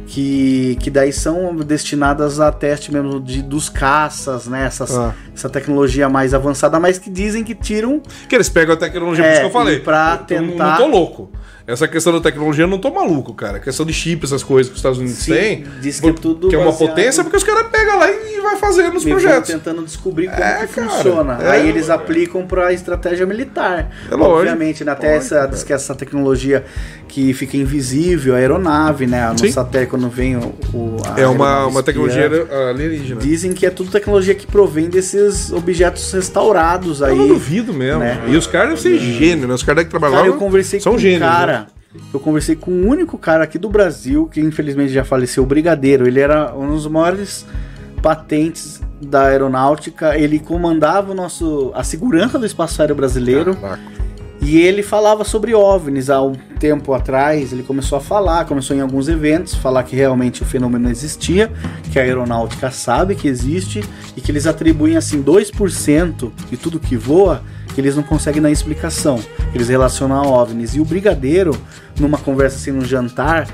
Speaker 2: que, que daí são destinadas a teste mesmo de, dos caças, né? Essas-
Speaker 3: Ah.
Speaker 2: Essa tecnologia mais avançada, mas que dizem que tiram
Speaker 3: Que eles pegam a tecnologia, por
Speaker 2: É,
Speaker 3: isso que eu falei.
Speaker 2: e pra
Speaker 3: Eu não-
Speaker 2: tentar-
Speaker 3: Não tô louco. Essa questão da tecnologia eu não tô maluco, cara. A questão de chip, essas coisas que os Estados Unidos
Speaker 2: Sim,
Speaker 3: têm.
Speaker 2: diz que é tudo
Speaker 3: Que é uma
Speaker 2: baseado-
Speaker 3: potência, porque os caras pegam lá e vai fazendo os
Speaker 2: e vão
Speaker 3: projetos.
Speaker 2: tentando descobrir como
Speaker 3: É,
Speaker 2: que
Speaker 3: cara,
Speaker 2: funciona.
Speaker 3: é,
Speaker 2: Aí eles aplicam para estratégia militar.
Speaker 3: É lógico.
Speaker 2: Obviamente, né? até essa, diz que essa tecnologia que fica invisível, a aeronave, né? No
Speaker 3: Sim.
Speaker 2: satélite quando vem o. o- a
Speaker 3: É uma,
Speaker 2: aeronave
Speaker 3: uma
Speaker 2: espiã.
Speaker 3: tecnologia né? alienígena.
Speaker 2: Dizem que é tudo tecnologia que provém desses objetos restaurados
Speaker 3: Ah, Eu não
Speaker 2: aí.
Speaker 3: duvido mesmo.
Speaker 2: né?
Speaker 3: E os caras devem ser gênios, né? Os caras que trabalham
Speaker 2: Cara,
Speaker 3: lá
Speaker 2: eu conversei
Speaker 3: são
Speaker 2: com
Speaker 3: gênios.
Speaker 2: um
Speaker 3: né?
Speaker 2: cara. Eu conversei com o um único cara aqui do Brasil que infelizmente já faleceu, o Brigadeiro. Ele era um dos maiores patentes da aeronáutica. Ele comandava o nosso a segurança do espaço aéreo brasileiro.
Speaker 3: Caraca.
Speaker 2: E ele falava sobre OVNIs há um tempo atrás, ele começou a falar, começou em alguns eventos, falar que realmente o fenômeno existia, que a aeronáutica sabe que existe e que eles atribuem assim 2% de tudo que voa, que eles não conseguem dar explicação. Eles relacionam a OVNIs. E o brigadeiro, numa conversa assim num jantar,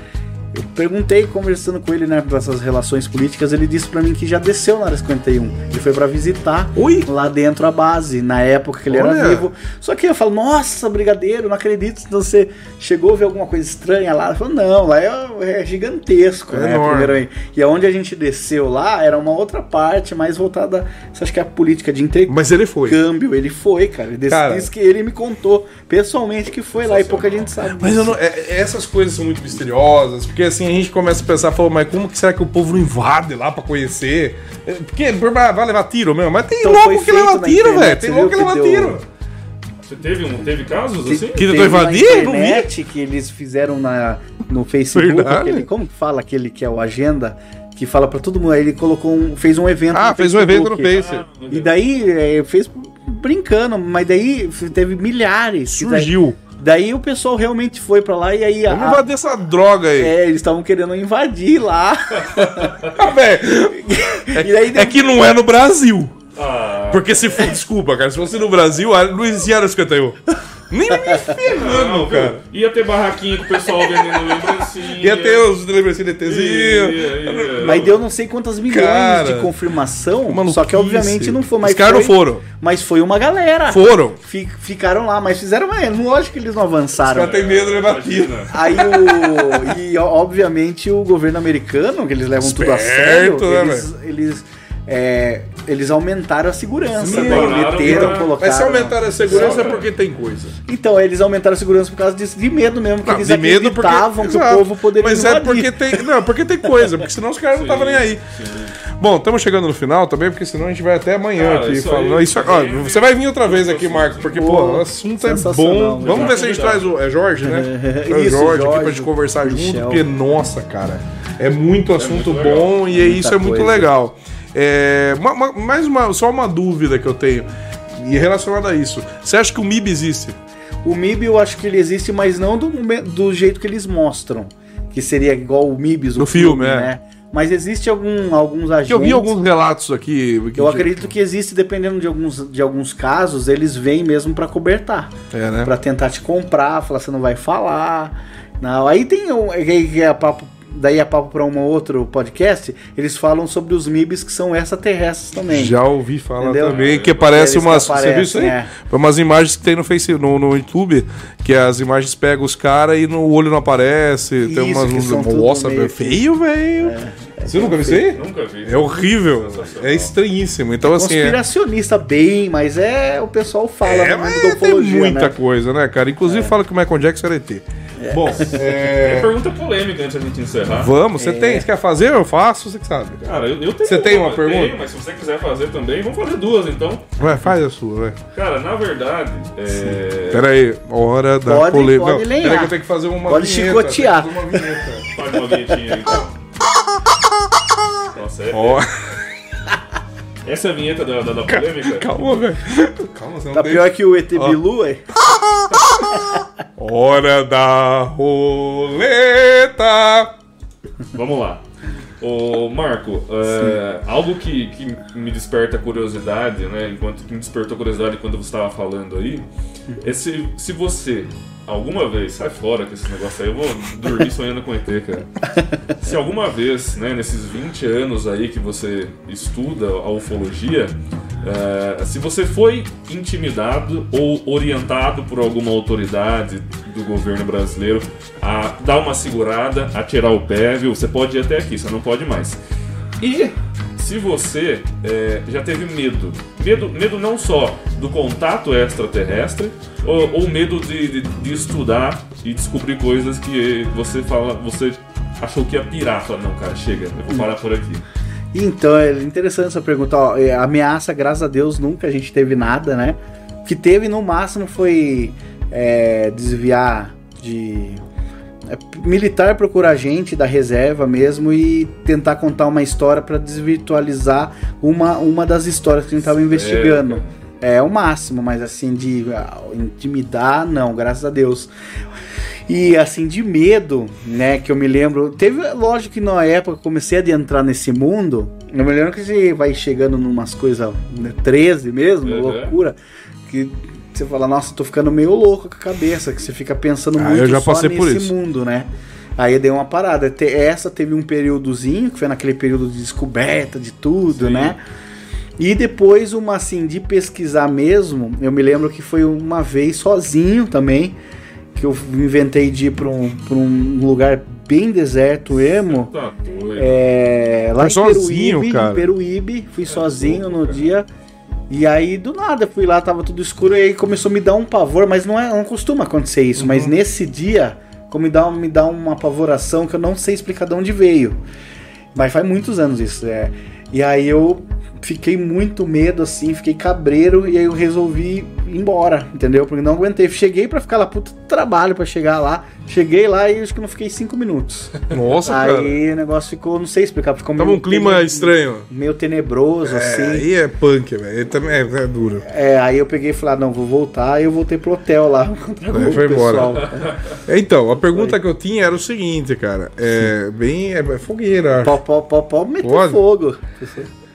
Speaker 2: eu perguntei conversando com ele, né, dessas relações políticas, ele disse pra mim que já desceu na área 51. Ele foi pra visitar
Speaker 3: Oi?
Speaker 2: lá dentro a base, na época que ele
Speaker 3: Olha.
Speaker 2: era vivo. Só que eu falo, nossa, brigadeiro, não acredito que você chegou a ver alguma coisa estranha lá. Ele falou, não, lá é, é gigantesco,
Speaker 3: É
Speaker 2: né?
Speaker 3: enorme.
Speaker 2: primeiramente. E aonde a gente desceu lá era uma outra parte, mais voltada, você acha que é a política de intercâmbio?
Speaker 3: Mas ele foi.
Speaker 2: Ele foi, cara. Ele disse,
Speaker 3: Cara.
Speaker 2: disse que ele me contou pessoalmente que foi lá e pouca gente sabe.
Speaker 3: Mas eu
Speaker 2: disso.
Speaker 3: não- é- é- essas coisas são muito misteriosas, porque assim a gente começa a pensar, falou, mas como que será que o povo não invade lá pra conhecer? É, Porque por- vai vai levar tiro mesmo, mas tem
Speaker 2: Então foi
Speaker 3: louco que
Speaker 2: feito
Speaker 3: leva
Speaker 2: na
Speaker 3: tiro,
Speaker 2: internet,
Speaker 3: velho. Tem
Speaker 2: você
Speaker 3: louco que
Speaker 2: viu
Speaker 3: leva
Speaker 2: que deu-
Speaker 3: tiro.
Speaker 4: Você teve, um, teve casos
Speaker 2: Te-
Speaker 4: assim?
Speaker 3: Que tentou
Speaker 2: teve na
Speaker 3: invadir? Não vi.
Speaker 2: internet que eles fizeram na, no Facebook,
Speaker 3: Verdade.
Speaker 2: aquele, como que fala aquele que é o Agenda, que fala pra todo mundo, aí ele colocou um, fez um evento
Speaker 3: Ah,
Speaker 2: no
Speaker 3: fez um evento no
Speaker 2: Facebook. Ah.
Speaker 3: Face.
Speaker 4: Meu
Speaker 2: E
Speaker 4: Deus.
Speaker 2: daí é, fez brincando, mas daí teve milhares. E daí,
Speaker 3: Surgiu.
Speaker 2: daí o pessoal realmente foi pra lá e aí a-
Speaker 3: Vamos invadir essa droga aí.
Speaker 2: Ah. é, eles estavam querendo invadir lá.
Speaker 3: Ah, velho,
Speaker 2: e daí
Speaker 3: é que não é no Brasil.
Speaker 4: Ah,
Speaker 3: Porque se for, desculpa, cara, se fosse no Brasil, a- não existia era 51. Nem me ferrando,
Speaker 4: não,
Speaker 3: cara.
Speaker 4: cara. Ia ter barraquinha com o pessoal vendendo lembrancinha.
Speaker 3: Ia ter os lembrancinhos de
Speaker 4: Ia,
Speaker 3: TZ.
Speaker 4: ia, ia.
Speaker 2: Mas deu não sei quantas milhões
Speaker 3: Cara,
Speaker 2: de confirmação.
Speaker 3: maluquice.
Speaker 2: Só que obviamente não foi
Speaker 3: Os
Speaker 2: mais.
Speaker 3: caras não foram.
Speaker 2: Mas foi uma galera.
Speaker 3: Foram.
Speaker 2: Fi- Ficaram lá, mas fizeram. É, lógico que eles não avançaram.
Speaker 3: Já tem medo de levar tiro.
Speaker 4: Imagina.
Speaker 2: Aí o. E ó, obviamente o governo americano, que eles levam tudo a sério,
Speaker 3: Esperto, né,
Speaker 2: eles. eles, é, eles aumentaram a segurança, daí
Speaker 4: Melhoraram,
Speaker 2: meteram,
Speaker 4: né?
Speaker 2: colocaram.
Speaker 3: Mas se aumentar a segurança
Speaker 4: Só,
Speaker 3: é porque tem coisa.
Speaker 2: Então, eles aumentaram a segurança por causa disso, de medo mesmo, que
Speaker 3: Não,
Speaker 2: eles
Speaker 3: de medo porque...
Speaker 2: acreditavam que
Speaker 3: Exato.
Speaker 2: o povo poderia
Speaker 3: Mas é
Speaker 2: invadir.
Speaker 3: porque tem... Não, porque tem coisa, porque senão os caras não estavam nem aí. Bom, estamos chegando no final também, porque senão a gente vai até amanhã
Speaker 4: Cara,
Speaker 3: aqui
Speaker 4: isso
Speaker 3: falando.
Speaker 4: aí- é
Speaker 3: isso, ó, você vai vir outra vez aqui, Marcos, porque, pô, o assunto é
Speaker 2: Sensacional,
Speaker 3: bom.
Speaker 2: né?
Speaker 3: Vamos ver se a gente traz o. É Jorge, né? É o
Speaker 2: Isso,
Speaker 3: Jorge aqui
Speaker 2: Jorge,
Speaker 3: pra gente conversar
Speaker 2: Michel.
Speaker 3: junto, porque, nossa, cara, é muito assunto bom e isso é muito
Speaker 2: coisa.
Speaker 3: legal. É, ma- ma- mais uma, só uma dúvida que eu tenho. E relacionada a isso, você acha que o MIB existe?
Speaker 2: O MIB eu acho que ele existe, mas não do, me- do jeito que eles mostram. Que seria igual o MIBs, o né?
Speaker 3: No filme, é.
Speaker 2: Mas existe algum, alguns agentes.
Speaker 3: Porque eu vi alguns relatos aqui. que-
Speaker 2: Eu acredito que existe, dependendo de alguns, de alguns casos, eles vêm mesmo pra cobertar.
Speaker 3: É, né?
Speaker 2: Pra tentar te comprar, falar você não vai falar. Não, aí tem um, aí é papo, daí é papo pra um outro podcast, eles falam sobre os MIBs que são extraterrestres também.
Speaker 3: Já ouvi falar
Speaker 2: Entendeu?
Speaker 3: também que parece
Speaker 2: Eles que
Speaker 3: umas. você viu isso aí?
Speaker 2: aparecem, é.
Speaker 3: Umas imagens que tem no Face, no, no YouTube, que as imagens pegam os caras e no o olho não aparece.
Speaker 2: Isso,
Speaker 3: tem umas.
Speaker 2: que são tudo
Speaker 3: Nossa,
Speaker 2: meio É,
Speaker 3: é feio, velho. você nunca viu isso aí?
Speaker 4: Nunca vi.
Speaker 3: É horrível. É estranhíssimo. Então, assim. é-
Speaker 2: Conspiracionista bem, mas é o pessoal fala
Speaker 3: É,
Speaker 2: no mundo da
Speaker 3: mas tem
Speaker 2: ufologia,
Speaker 3: muita
Speaker 2: né?
Speaker 3: coisa, né, cara? Inclusive fala que o Michael Jackson era ET. Bom, é,
Speaker 4: É pergunta polêmica antes da gente encerrar.
Speaker 3: vamos, você
Speaker 2: É.
Speaker 3: tem. Você quer fazer? Eu faço, você que sabe. cara.
Speaker 4: Cara, eu, eu tenho
Speaker 3: Você tem uma
Speaker 4: eu
Speaker 3: pergunta?
Speaker 4: Tenho, mas se você quiser fazer também, vamos fazer duas então.
Speaker 3: Vai, faz a sua, vai.
Speaker 4: Cara, na verdade, é...
Speaker 3: Pera aí, hora da
Speaker 2: Pode-
Speaker 3: polêmica.
Speaker 2: pode
Speaker 3: Não,
Speaker 2: lenhar.
Speaker 3: Pera aí que eu tenho que fazer uma
Speaker 2: Pode
Speaker 3: vinheta, tem que
Speaker 2: chicotear.
Speaker 3: fazer uma vinheta.
Speaker 4: faz uma vinhetinha aí, então. Nossa, é...
Speaker 3: Ó,
Speaker 4: essa é a vinheta da, da, da polêmica?
Speaker 3: calma, velho. Calma, você não
Speaker 2: Tá
Speaker 3: tem-
Speaker 2: pior que o ET Bilu, é?
Speaker 3: Hora da roleta.
Speaker 4: Vamos lá. Ô, Marco, é, algo que, que me desperta curiosidade, né? Enquanto que me despertou curiosidade quando você estava falando aí, é se, se você alguma vez, sai fora com esse negócio aí, eu vou dormir sonhando com ET, cara. Se alguma vez, né, nesses 20 anos aí que você estuda a ufologia, é, se você foi intimidado ou orientado por alguma autoridade do governo brasileiro a dar uma segurada, a tirar o pé, viu? Você pode ir até aqui, você não pode mais. E se você é, já teve medo, medo, medo não só do contato extraterrestre, ou, ou medo de, de- de estudar e descobrir coisas que você fala, você achou que ia pirar, fala, não, cara, chega, eu vou parar por aqui.
Speaker 2: Então, é interessante essa pergunta. Ó, é, ameaça, graças a Deus, nunca a gente teve nada, né? O que teve no máximo foi é, desviar de. é, militar procurar gente da reserva mesmo e tentar contar uma história para desvirtualizar uma, uma das histórias que a gente tava investigando. É o máximo, mas assim, de ah, intimidar, não, graças a Deus. E assim, de medo, né, que eu me lembro. Teve, lógico que na época que eu comecei a adentrar nesse mundo, eu me lembro que você vai chegando numas coisas, né, 13 mesmo,
Speaker 4: Uhum.
Speaker 2: loucura, que você fala, nossa, tô ficando meio louco com a cabeça, que você fica pensando
Speaker 3: Ah,
Speaker 2: muito
Speaker 3: eu já
Speaker 2: só
Speaker 3: passei por
Speaker 2: nesse
Speaker 3: isso.
Speaker 2: mundo, né? Aí deu uma parada. Te- Essa teve um períodozinho, que foi naquele período de descoberta de tudo,
Speaker 4: Sim.
Speaker 2: né? E depois, uma assim, de pesquisar mesmo, eu me lembro que foi uma vez sozinho também, que eu inventei de ir pra um, pra um lugar bem deserto, emo.
Speaker 4: Tá doido.
Speaker 2: É, lá em
Speaker 3: Foi sozinho,
Speaker 2: Peruíbe,
Speaker 3: cara?
Speaker 2: em Peruíbe, fui sozinho
Speaker 4: louco,
Speaker 2: no
Speaker 4: cara.
Speaker 2: dia. E aí, do nada, fui lá, tava tudo escuro, e aí começou a me dar um pavor, mas não, é, não costuma acontecer isso. Mas
Speaker 3: Uhum.
Speaker 2: nesse dia, como me dá, um, me dá uma apavoração que eu não sei explicar de onde veio. Mas faz muitos anos isso, é. E aí eu fiquei muito medo, assim, fiquei cabreiro, e aí eu resolvi ir embora, entendeu? Porque não aguentei. Cheguei pra ficar lá, puta trabalho pra chegar lá. Cheguei lá e acho que não fiquei cinco minutos.
Speaker 3: Nossa, cara.
Speaker 2: aí o negócio ficou, não sei explicar, ficou
Speaker 3: Tava
Speaker 2: meio
Speaker 3: um clima
Speaker 2: tene-
Speaker 3: estranho.
Speaker 2: Meio tenebroso,
Speaker 3: É,
Speaker 2: assim.
Speaker 3: aí é punk, velho. Ele também é, é duro.
Speaker 2: É, aí eu peguei e falei, ah, não, vou voltar. Aí eu voltei pro hotel lá. encontrar
Speaker 3: Aí
Speaker 2: com o
Speaker 3: foi embora.
Speaker 2: pessoal.
Speaker 3: Então, a pergunta que eu tinha era o seguinte, cara. É bem. É, é fogueira.
Speaker 2: Pó, pó, pó, pó, meteu
Speaker 3: Pode?
Speaker 2: fogo.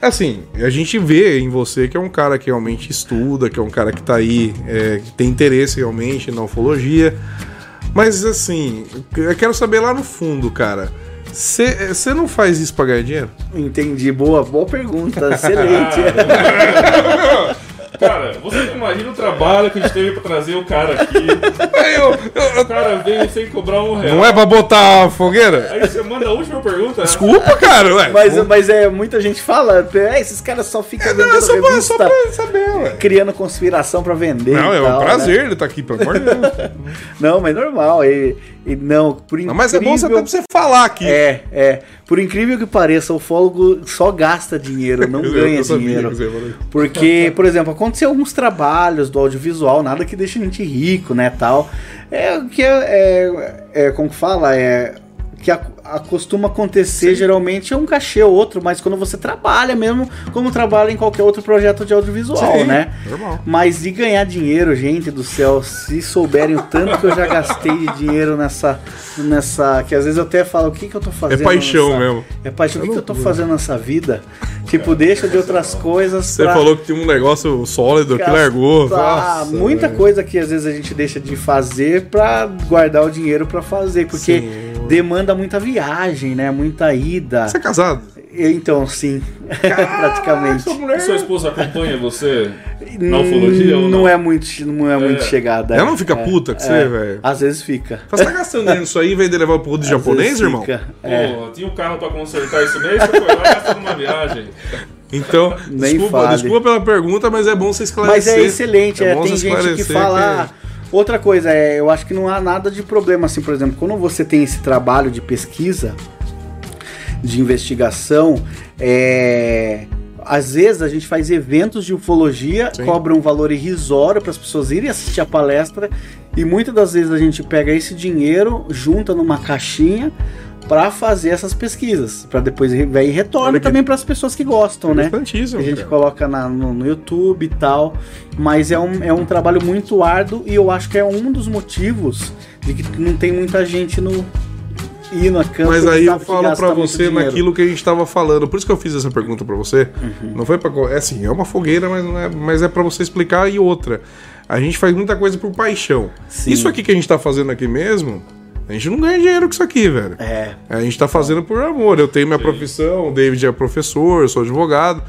Speaker 3: Assim, a gente vê em você que é um cara que realmente estuda, que é um cara que tá aí, é, que tem interesse realmente na ufologia. Mas assim, eu quero saber lá no fundo, cara. Você não faz isso pra ganhar dinheiro?
Speaker 2: Entendi, boa, boa pergunta,
Speaker 4: Ah,
Speaker 2: excelente.
Speaker 4: Cara, você não imagina o trabalho que a gente teve pra trazer o cara aqui.
Speaker 2: É,
Speaker 3: Aí eu- eu-
Speaker 4: O cara veio sem cobrar um
Speaker 3: eu-
Speaker 4: real.
Speaker 3: não é pra botar a fogueira?
Speaker 4: Aí você manda a última pergunta. né?
Speaker 3: Desculpa, cara. Ué.
Speaker 2: Mas, mas é, muita gente fala, é, esses caras só ficam
Speaker 3: Não, é
Speaker 2: vendendo
Speaker 3: só pra, só
Speaker 2: revista,
Speaker 3: pra saber, ué.
Speaker 2: criando conspiração pra vender.
Speaker 3: Não,
Speaker 2: e
Speaker 3: é
Speaker 2: tal,
Speaker 3: um
Speaker 2: né?
Speaker 3: prazer ele estar aqui, pelo amor de Deus.
Speaker 2: É Não, mas normal. E, e não, por incrível...
Speaker 3: Não, mas é bom saber pra você falar aqui.
Speaker 2: É, é. Por incrível que pareça, o fólogo só gasta dinheiro, não
Speaker 3: Eu- eu
Speaker 2: ganha
Speaker 3: sabia
Speaker 2: dinheiro.
Speaker 3: que você ia falar isso.
Speaker 2: Porque, por exemplo, aconteceu alguns trabalhos do audiovisual, nada que deixe a gente rico, né, tal. É o que é, é, é, como que fala, é que ac- acostuma acontecer geralmente é um cachê ou outro, mas quando você trabalha mesmo, como trabalha em qualquer outro projeto de audiovisual,
Speaker 3: Sim,
Speaker 2: né?
Speaker 3: normal.
Speaker 2: Mas de ganhar dinheiro, gente do céu, se souberem o tanto que eu já gastei de dinheiro nessa nessa, que às vezes eu até falo, o que que eu tô
Speaker 3: É
Speaker 2: fazendo?
Speaker 3: paixão
Speaker 2: nessa-
Speaker 3: mesmo.
Speaker 2: é paixão, o que, que eu tô fazendo nessa vida? Tipo, deixa de outras coisas.
Speaker 3: Você
Speaker 2: pra
Speaker 3: falou que tinha um negócio sólido que
Speaker 2: gastar
Speaker 3: largou. Nossa,
Speaker 2: muita
Speaker 3: velho.
Speaker 2: coisa que às vezes a gente deixa de fazer pra guardar o dinheiro pra fazer, porque
Speaker 3: Sim.
Speaker 2: demanda muita viagem, né? Muita ida.
Speaker 3: Você é casado?
Speaker 2: Eu, então, sim, praticamente.
Speaker 4: A Sua esposa acompanha você?
Speaker 2: Não,
Speaker 4: ufologia ou não?
Speaker 2: é muito, não é muito chegada.
Speaker 3: Ela não fica
Speaker 2: É,
Speaker 3: puta com você,
Speaker 2: é.
Speaker 3: velho?
Speaker 2: Às vezes fica.
Speaker 3: Você tá gastando dinheiro nisso aí, em vez de levar pro do
Speaker 2: Às
Speaker 3: japonês,
Speaker 2: vezes
Speaker 3: irmão?
Speaker 2: fica.
Speaker 4: Pô,
Speaker 2: É,
Speaker 4: tinha um carro pra consertar isso mesmo, você foi lá e gastou numa é viagem.
Speaker 3: Então,
Speaker 2: Nem
Speaker 3: desculpa,
Speaker 2: fale.
Speaker 3: desculpa pela pergunta, mas é bom você esclarecer.
Speaker 2: Mas é excelente, é,
Speaker 3: bom
Speaker 2: tem
Speaker 3: você
Speaker 2: gente que
Speaker 3: esclarecer
Speaker 2: fala. "Ah, Outra coisa, é, eu acho que não há nada de problema, assim, por exemplo, quando você tem esse trabalho de pesquisa, de investigação, é, Às vezes a gente faz eventos de ufologia,
Speaker 3: Sim.
Speaker 2: cobra um valor irrisório para as pessoas irem assistir a palestra, e muitas das vezes a gente pega esse dinheiro, junta numa caixinha para fazer essas pesquisas, para depois re- e retorna
Speaker 3: Olha que-
Speaker 2: também para as pessoas que gostam, né?
Speaker 3: Importantíssimo,
Speaker 2: a gente
Speaker 3: cara.
Speaker 2: coloca na- no, no YouTube e tal. Mas é um, é um trabalho muito árduo e eu acho que é um dos motivos de que não tem muita gente no ir na campo.
Speaker 3: Mas aí
Speaker 2: que
Speaker 3: eu
Speaker 2: que
Speaker 3: falo
Speaker 2: gasta
Speaker 3: pra
Speaker 2: muito
Speaker 3: você
Speaker 2: dinheiro.
Speaker 3: naquilo que a gente tava falando. Por isso que eu fiz essa pergunta pra você.
Speaker 2: Uhum.
Speaker 3: Não foi pra. co- É assim, é uma fogueira, mas, não é, mas é pra você explicar. E outra, a gente faz muita coisa por paixão.
Speaker 2: Sim.
Speaker 3: Isso aqui que a gente tá fazendo aqui mesmo, a gente não ganha dinheiro com isso aqui, velho.
Speaker 2: É,
Speaker 3: A gente tá fazendo por amor. Eu tenho minha profissão, o David é professor, eu sou advogado.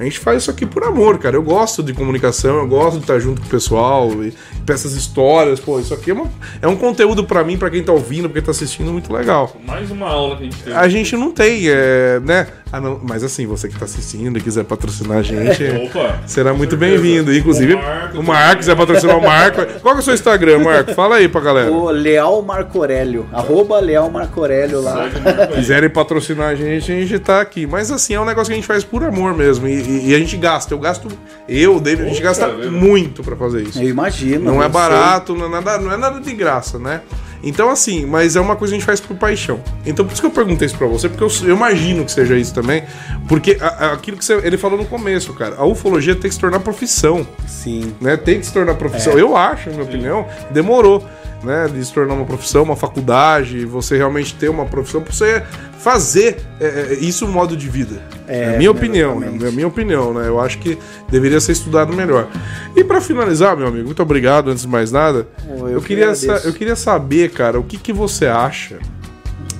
Speaker 3: A gente faz isso aqui por amor, cara. Eu gosto de comunicação, eu gosto de estar junto com o pessoal, e pra essas histórias. Pô, isso aqui é, uma- é um conteúdo pra mim, pra quem tá ouvindo, pra quem tá assistindo, muito legal.
Speaker 4: Mais uma aula que a gente teve.
Speaker 3: A gente não tem, é, né? Ah, não, mas assim, você que tá assistindo e quiser patrocinar a gente, é,
Speaker 4: Opa!
Speaker 3: será muito
Speaker 4: certeza.
Speaker 3: bem-vindo. Inclusive,
Speaker 4: O Marco
Speaker 3: o Marco, quiser patrocinar o Marco. Qual que é o seu Instagram, Marco? Fala aí pra galera.
Speaker 2: o Leal Marco Aurélio, arroba Leal Marco Aurélio lá.
Speaker 4: Segue o Marco aí.
Speaker 3: quiserem patrocinar a gente, a gente tá aqui. Mas assim, é um negócio que a gente faz por amor mesmo. E, e- e a gente gasta. Eu gasto. Eu, o David, a gente
Speaker 4: Puta,
Speaker 3: gasta
Speaker 4: velho.
Speaker 3: muito pra fazer isso.
Speaker 2: Eu imagino.
Speaker 3: Não é
Speaker 2: sei.
Speaker 3: barato, não é, nada, não é nada de graça, né? Então, assim, mas é uma coisa que a gente faz por paixão. Então, por isso que eu perguntei isso pra você, porque eu, eu imagino que seja isso também. Porque a- a- aquilo que você, ele falou no começo, cara, a ufologia tem que se tornar profissão
Speaker 2: Sim.
Speaker 3: né? Tem que se tornar profissão. Eu acho, na minha opinião, demorou, né? De se tornar uma profissão, uma faculdade, você realmente ter uma profissão pra você fazer é, é, isso um modo de vida. É, a minha opinião, né? É a minha opinião, né? Eu acho que deveria ser estudado melhor. E pra finalizar, meu amigo, muito obrigado antes de mais nada.
Speaker 2: Pô,
Speaker 3: Eu,
Speaker 2: eu que
Speaker 3: queria, sa-
Speaker 2: agradeço.
Speaker 3: eu queria saber, cara, o que, que você acha?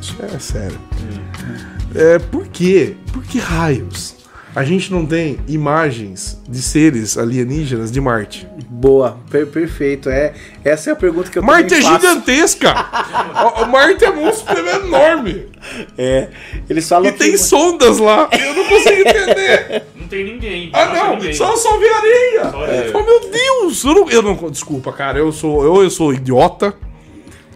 Speaker 3: Isso é sério.
Speaker 2: Hum.
Speaker 3: É, por quê? Por que raios? A gente não tem imagens de seres alienígenas de Marte.
Speaker 2: Boa, per- perfeito. É, essa é a pergunta que eu
Speaker 3: Marte é
Speaker 2: também faço.
Speaker 3: gigantesca! o, o Marte é monstro é enorme!
Speaker 2: É, eles falam
Speaker 3: E tem sondas lá! Eu não consigo entender!
Speaker 4: Não tem ninguém.
Speaker 3: Ah
Speaker 4: acha
Speaker 3: não!
Speaker 4: ninguém.
Speaker 3: Só, só vi areia!
Speaker 4: Só areia.
Speaker 3: Oh meu Deus! Eu não, eu não- Desculpa, cara, eu sou. Eu, eu sou idiota.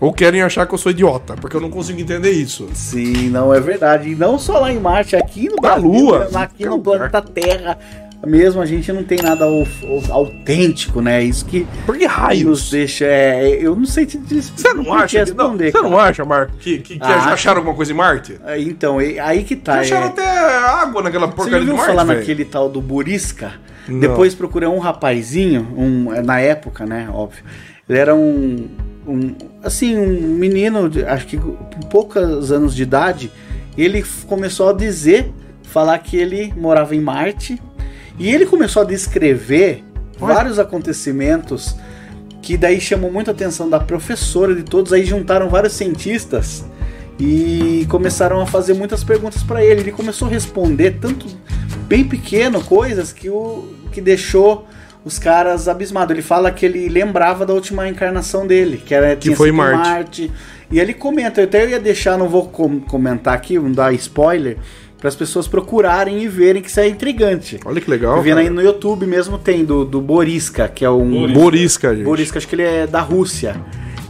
Speaker 3: Ou querem achar que eu sou idiota, porque eu não consigo entender isso.
Speaker 2: Sim, não é verdade. E não só lá em Marte, aqui no
Speaker 3: Na
Speaker 2: Brasil,
Speaker 3: Lua.
Speaker 2: né, aqui
Speaker 3: Qualquer
Speaker 2: no planeta Terra mesmo, a gente não tem nada au- au- autêntico, né? Isso que
Speaker 3: Por que
Speaker 2: nos
Speaker 3: raios?
Speaker 2: deixa. é, eu não sei te dizer.
Speaker 3: Ah, Você não acha? que- Não, você não acha, Marco, que, que, que
Speaker 2: Ah,
Speaker 3: acharam alguma coisa em Marte?
Speaker 2: Então, e- aí que tá.
Speaker 3: acharam
Speaker 2: é.
Speaker 3: até água naquela
Speaker 2: Você
Speaker 3: porcaria
Speaker 2: já
Speaker 3: de
Speaker 2: ouviu
Speaker 3: Marte.
Speaker 2: falar
Speaker 3: velho.
Speaker 2: naquele tal do Burisca?
Speaker 3: Não.
Speaker 2: Depois procurei um rapazinho, um, na época, né? Óbvio. Ele era um, um- Assim, um menino, de- acho que com poucos anos de idade. Ele f- começou a dizer, falar que ele morava em Marte. E ele começou a descrever
Speaker 3: Olha.
Speaker 2: vários acontecimentos que daí chamou muita atenção da professora de todos. Aí juntaram vários cientistas e começaram a fazer muitas perguntas para ele. Ele começou a responder tanto bem pequeno coisas que o que deixou os caras abismados. Ele fala que ele lembrava da última encarnação dele, que era
Speaker 3: Que foi Marte.
Speaker 2: E ele comenta, eu até ia deixar, não vou com- comentar aqui, não dar spoiler, para as pessoas procurarem e verem que isso é intrigante.
Speaker 3: Olha que legal.
Speaker 2: Eu vendo
Speaker 3: cara.
Speaker 2: aí no YouTube mesmo tem do, do Borisca, que é um
Speaker 4: Boris.
Speaker 3: Borisca, gente.
Speaker 2: Borisca, acho que ele é da Rússia.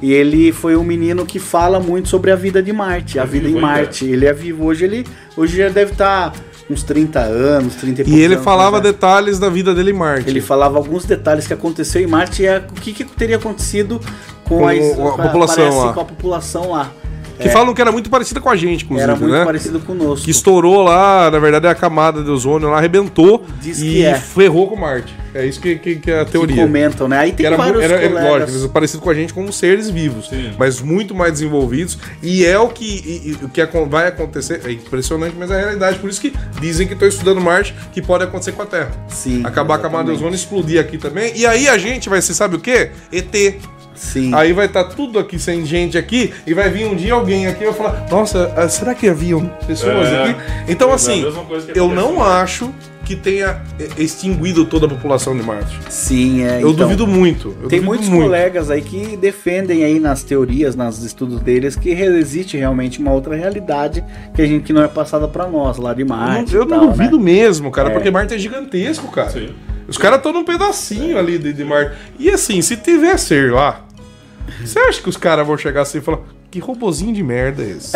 Speaker 2: E ele foi um menino que fala muito sobre a vida de Marte, a vida em
Speaker 4: vivo ainda?
Speaker 2: Marte. Ele é vivo hoje, ele hoje já deve estar uns 30 anos, 30
Speaker 3: E
Speaker 2: e poucos
Speaker 3: ele
Speaker 2: anos,
Speaker 3: falava
Speaker 2: né?
Speaker 3: detalhes da vida dele em Marte.
Speaker 2: ele falava alguns detalhes que aconteceu em Marte e a- o que, que teria acontecido com,
Speaker 3: Com
Speaker 2: a, is-
Speaker 3: a
Speaker 2: com
Speaker 3: população
Speaker 2: parece,
Speaker 3: lá.
Speaker 2: com a população lá.
Speaker 3: Que falam que era muito parecida com a gente, inclusive,
Speaker 2: Era muito
Speaker 3: né?
Speaker 2: parecido conosco.
Speaker 3: Que estourou lá, na verdade, a camada de ozônio lá arrebentou
Speaker 2: Diz
Speaker 3: e
Speaker 2: que é.
Speaker 3: ferrou com Marte. É isso que, que- que é a
Speaker 2: Que
Speaker 3: teoria.
Speaker 2: comentam, né? Aí
Speaker 3: Que
Speaker 2: tem
Speaker 3: era, mu-
Speaker 2: vários
Speaker 3: era, era lógico,
Speaker 2: colegas.
Speaker 3: eles parecido com a gente como seres vivos,
Speaker 4: Sim.
Speaker 3: mas muito mais desenvolvidos. E é o que, e- e- o que acon- vai acontecer. É impressionante, mas é a realidade. Por isso que dizem que estão estudando Marte, que pode acontecer com a Terra.
Speaker 2: Sim,
Speaker 3: Acabar com a camada de
Speaker 2: exatamente.
Speaker 3: ozônio, explodir aqui também. E aí a gente vai ser, sabe o quê? ET.
Speaker 2: Sim.
Speaker 3: Aí vai estar tudo aqui sem gente aqui, e vai vir um dia alguém aqui e vai falar: Nossa, ah, será que haviam pessoas
Speaker 4: É.
Speaker 3: aqui? Então,
Speaker 4: É a
Speaker 3: assim,
Speaker 4: mesma coisa que
Speaker 3: eu
Speaker 4: acontece
Speaker 3: não
Speaker 4: com a
Speaker 3: acho que tenha eh, extinguido toda a população de Marte.
Speaker 2: Sim, é.
Speaker 3: eu
Speaker 2: então.
Speaker 3: duvido muito. eu
Speaker 2: Tem
Speaker 3: duvido
Speaker 2: muitos
Speaker 3: muito.
Speaker 2: colegas aí que defendem aí nas teorias, nos estudos deles, que existe realmente uma outra realidade que a gente que não é passada pra nós, lá de
Speaker 3: Eu não-
Speaker 2: Marte.
Speaker 3: eu
Speaker 2: e
Speaker 3: não
Speaker 2: tal,
Speaker 3: duvido
Speaker 2: né?
Speaker 3: mesmo, cara, porque Marte é gigantesco, cara.
Speaker 4: Sim. É.
Speaker 3: Os caras estão num pedacinho ali de, de Marte. E assim, se tiver ser lá, você acha que os caras vão chegar assim e falar: que robozinho de merda é esse?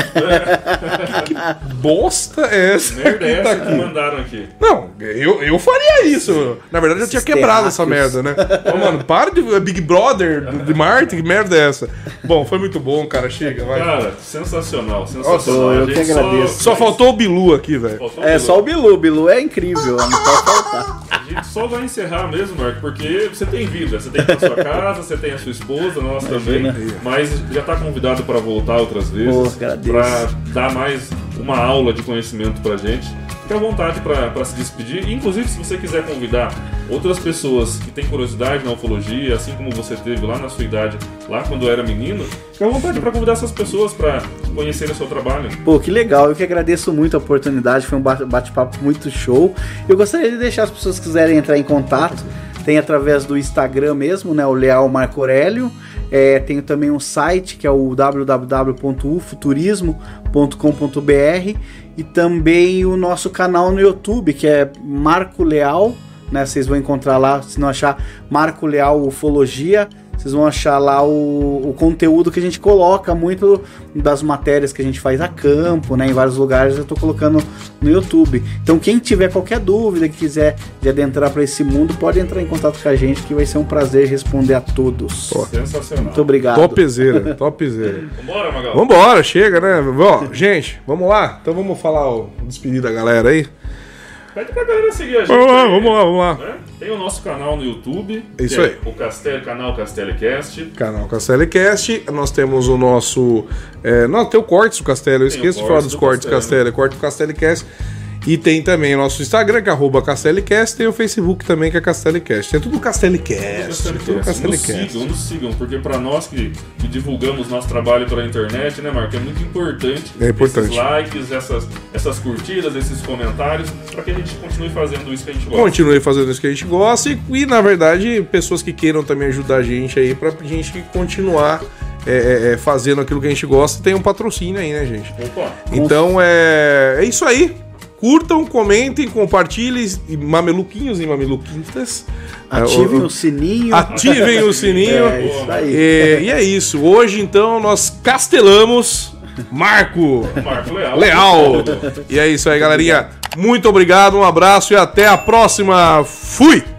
Speaker 3: que, que bosta é essa?
Speaker 4: Merda
Speaker 3: que
Speaker 4: é
Speaker 3: tá
Speaker 4: essa que
Speaker 3: aqui?
Speaker 4: mandaram aqui.
Speaker 3: Não, eu, eu faria isso. Na verdade, eu tinha
Speaker 2: Esses
Speaker 3: quebrado essa
Speaker 2: terráqueos.
Speaker 3: merda, né? Ô, mano, para de é Big Brother de Marte, que merda é essa? Bom, foi muito bom, cara. Chega, vai.
Speaker 4: Cara, sensacional,
Speaker 3: Nossa,
Speaker 4: sensacional.
Speaker 2: eu
Speaker 4: A gente
Speaker 2: que agradeço.
Speaker 3: Só faltou o Bilu aqui, velho.
Speaker 4: faltou
Speaker 2: É
Speaker 4: um
Speaker 2: só o Bilu, o Bilu é incrível, não pode faltar.
Speaker 4: A gente só vai encerrar mesmo, Marco, porque você tem vida. Você tem a sua casa, você tem a sua esposa, nós também. Mas já está convidado para voltar outras
Speaker 2: Pô,
Speaker 4: vezes.
Speaker 2: agradeço.
Speaker 4: para dar mais uma aula de conhecimento para gente. Fique à vontade para se despedir. E, Inclusive, se você quiser convidar outras pessoas que têm curiosidade na ufologia, assim como você teve lá na sua idade, lá quando eu era menino, fique à vontade para convidar essas pessoas para conhecerem o seu trabalho.
Speaker 2: Pô, que legal, eu que agradeço muito a oportunidade, foi um ba- bate-papo muito show. Eu gostaria de deixar as pessoas que quiserem entrar em contato, tem através do Instagram mesmo, né, o Leal Marco Aurélio. É, tenho também um site que é o www.ufuturismo.com.br e também o nosso canal no YouTube, que é Marco Leal, né? Vocês vão encontrar lá, se não achar Marco Leal Ufologia, vocês vão achar lá o, o conteúdo que a gente coloca, muito das matérias que a gente faz a campo, né? Em vários lugares eu tô colocando no YouTube. Então quem tiver qualquer dúvida, que quiser de adentrar para esse mundo, pode entrar em contato com a gente, que vai ser um prazer responder a todos.
Speaker 4: Sensacional.
Speaker 2: Muito obrigado.
Speaker 3: Topzera, topzera.
Speaker 4: Vambora, Magal.
Speaker 3: Vambora, chega, né? Ó, gente, vamos lá? Então vamos falar o despedir da galera aí?
Speaker 4: Pede pra galera seguir a gente.
Speaker 3: Vamos lá,
Speaker 4: aí,
Speaker 3: vamos lá, vamos lá.
Speaker 4: né? Tem o nosso canal no YouTube.
Speaker 3: Isso
Speaker 4: que é
Speaker 3: aí.
Speaker 4: O Castelo, canal Castelecast.
Speaker 3: Canal Castelecast, nós temos o nosso. É, não, tem o cortes do Castelo, eu
Speaker 4: Tem o
Speaker 3: esqueço de
Speaker 4: cortes
Speaker 3: falar dos
Speaker 4: do
Speaker 3: cortes do Castelo,
Speaker 4: Castelo.
Speaker 3: é corte do Castelecast. E tem também o nosso Instagram, que é arroba Castelecast, e o Facebook também, que é Castelecast. É tudo Castelecast. Tudo
Speaker 4: Nos
Speaker 3: Castelecast.
Speaker 4: sigam, nos sigam, porque pra nós que, que divulgamos nosso trabalho pela internet, né, Marco? É muito importante,
Speaker 3: É importante.
Speaker 4: esses likes, essas, essas curtidas, esses comentários, pra que a gente continue fazendo isso que a gente gosta.
Speaker 3: Continue fazendo isso que a gente gosta e, e, na verdade, pessoas que queiram também ajudar a gente aí pra gente continuar é, é, é, fazendo aquilo que a gente gosta. Tem um patrocínio aí, né, gente?
Speaker 4: Opa,
Speaker 3: Então é, é isso aí. Curtam, comentem, compartilhem, e mameluquinhos e mameluquintas.
Speaker 2: Ativem
Speaker 3: É,
Speaker 2: o sininho.
Speaker 3: ativem o sininho.
Speaker 2: É isso aí.
Speaker 3: É, e é isso. Hoje, então, nós castelamos Marco
Speaker 4: Marco Leal.
Speaker 3: Leal. E é isso aí, galerinha. Muito obrigado, um abraço e até a próxima. Fui!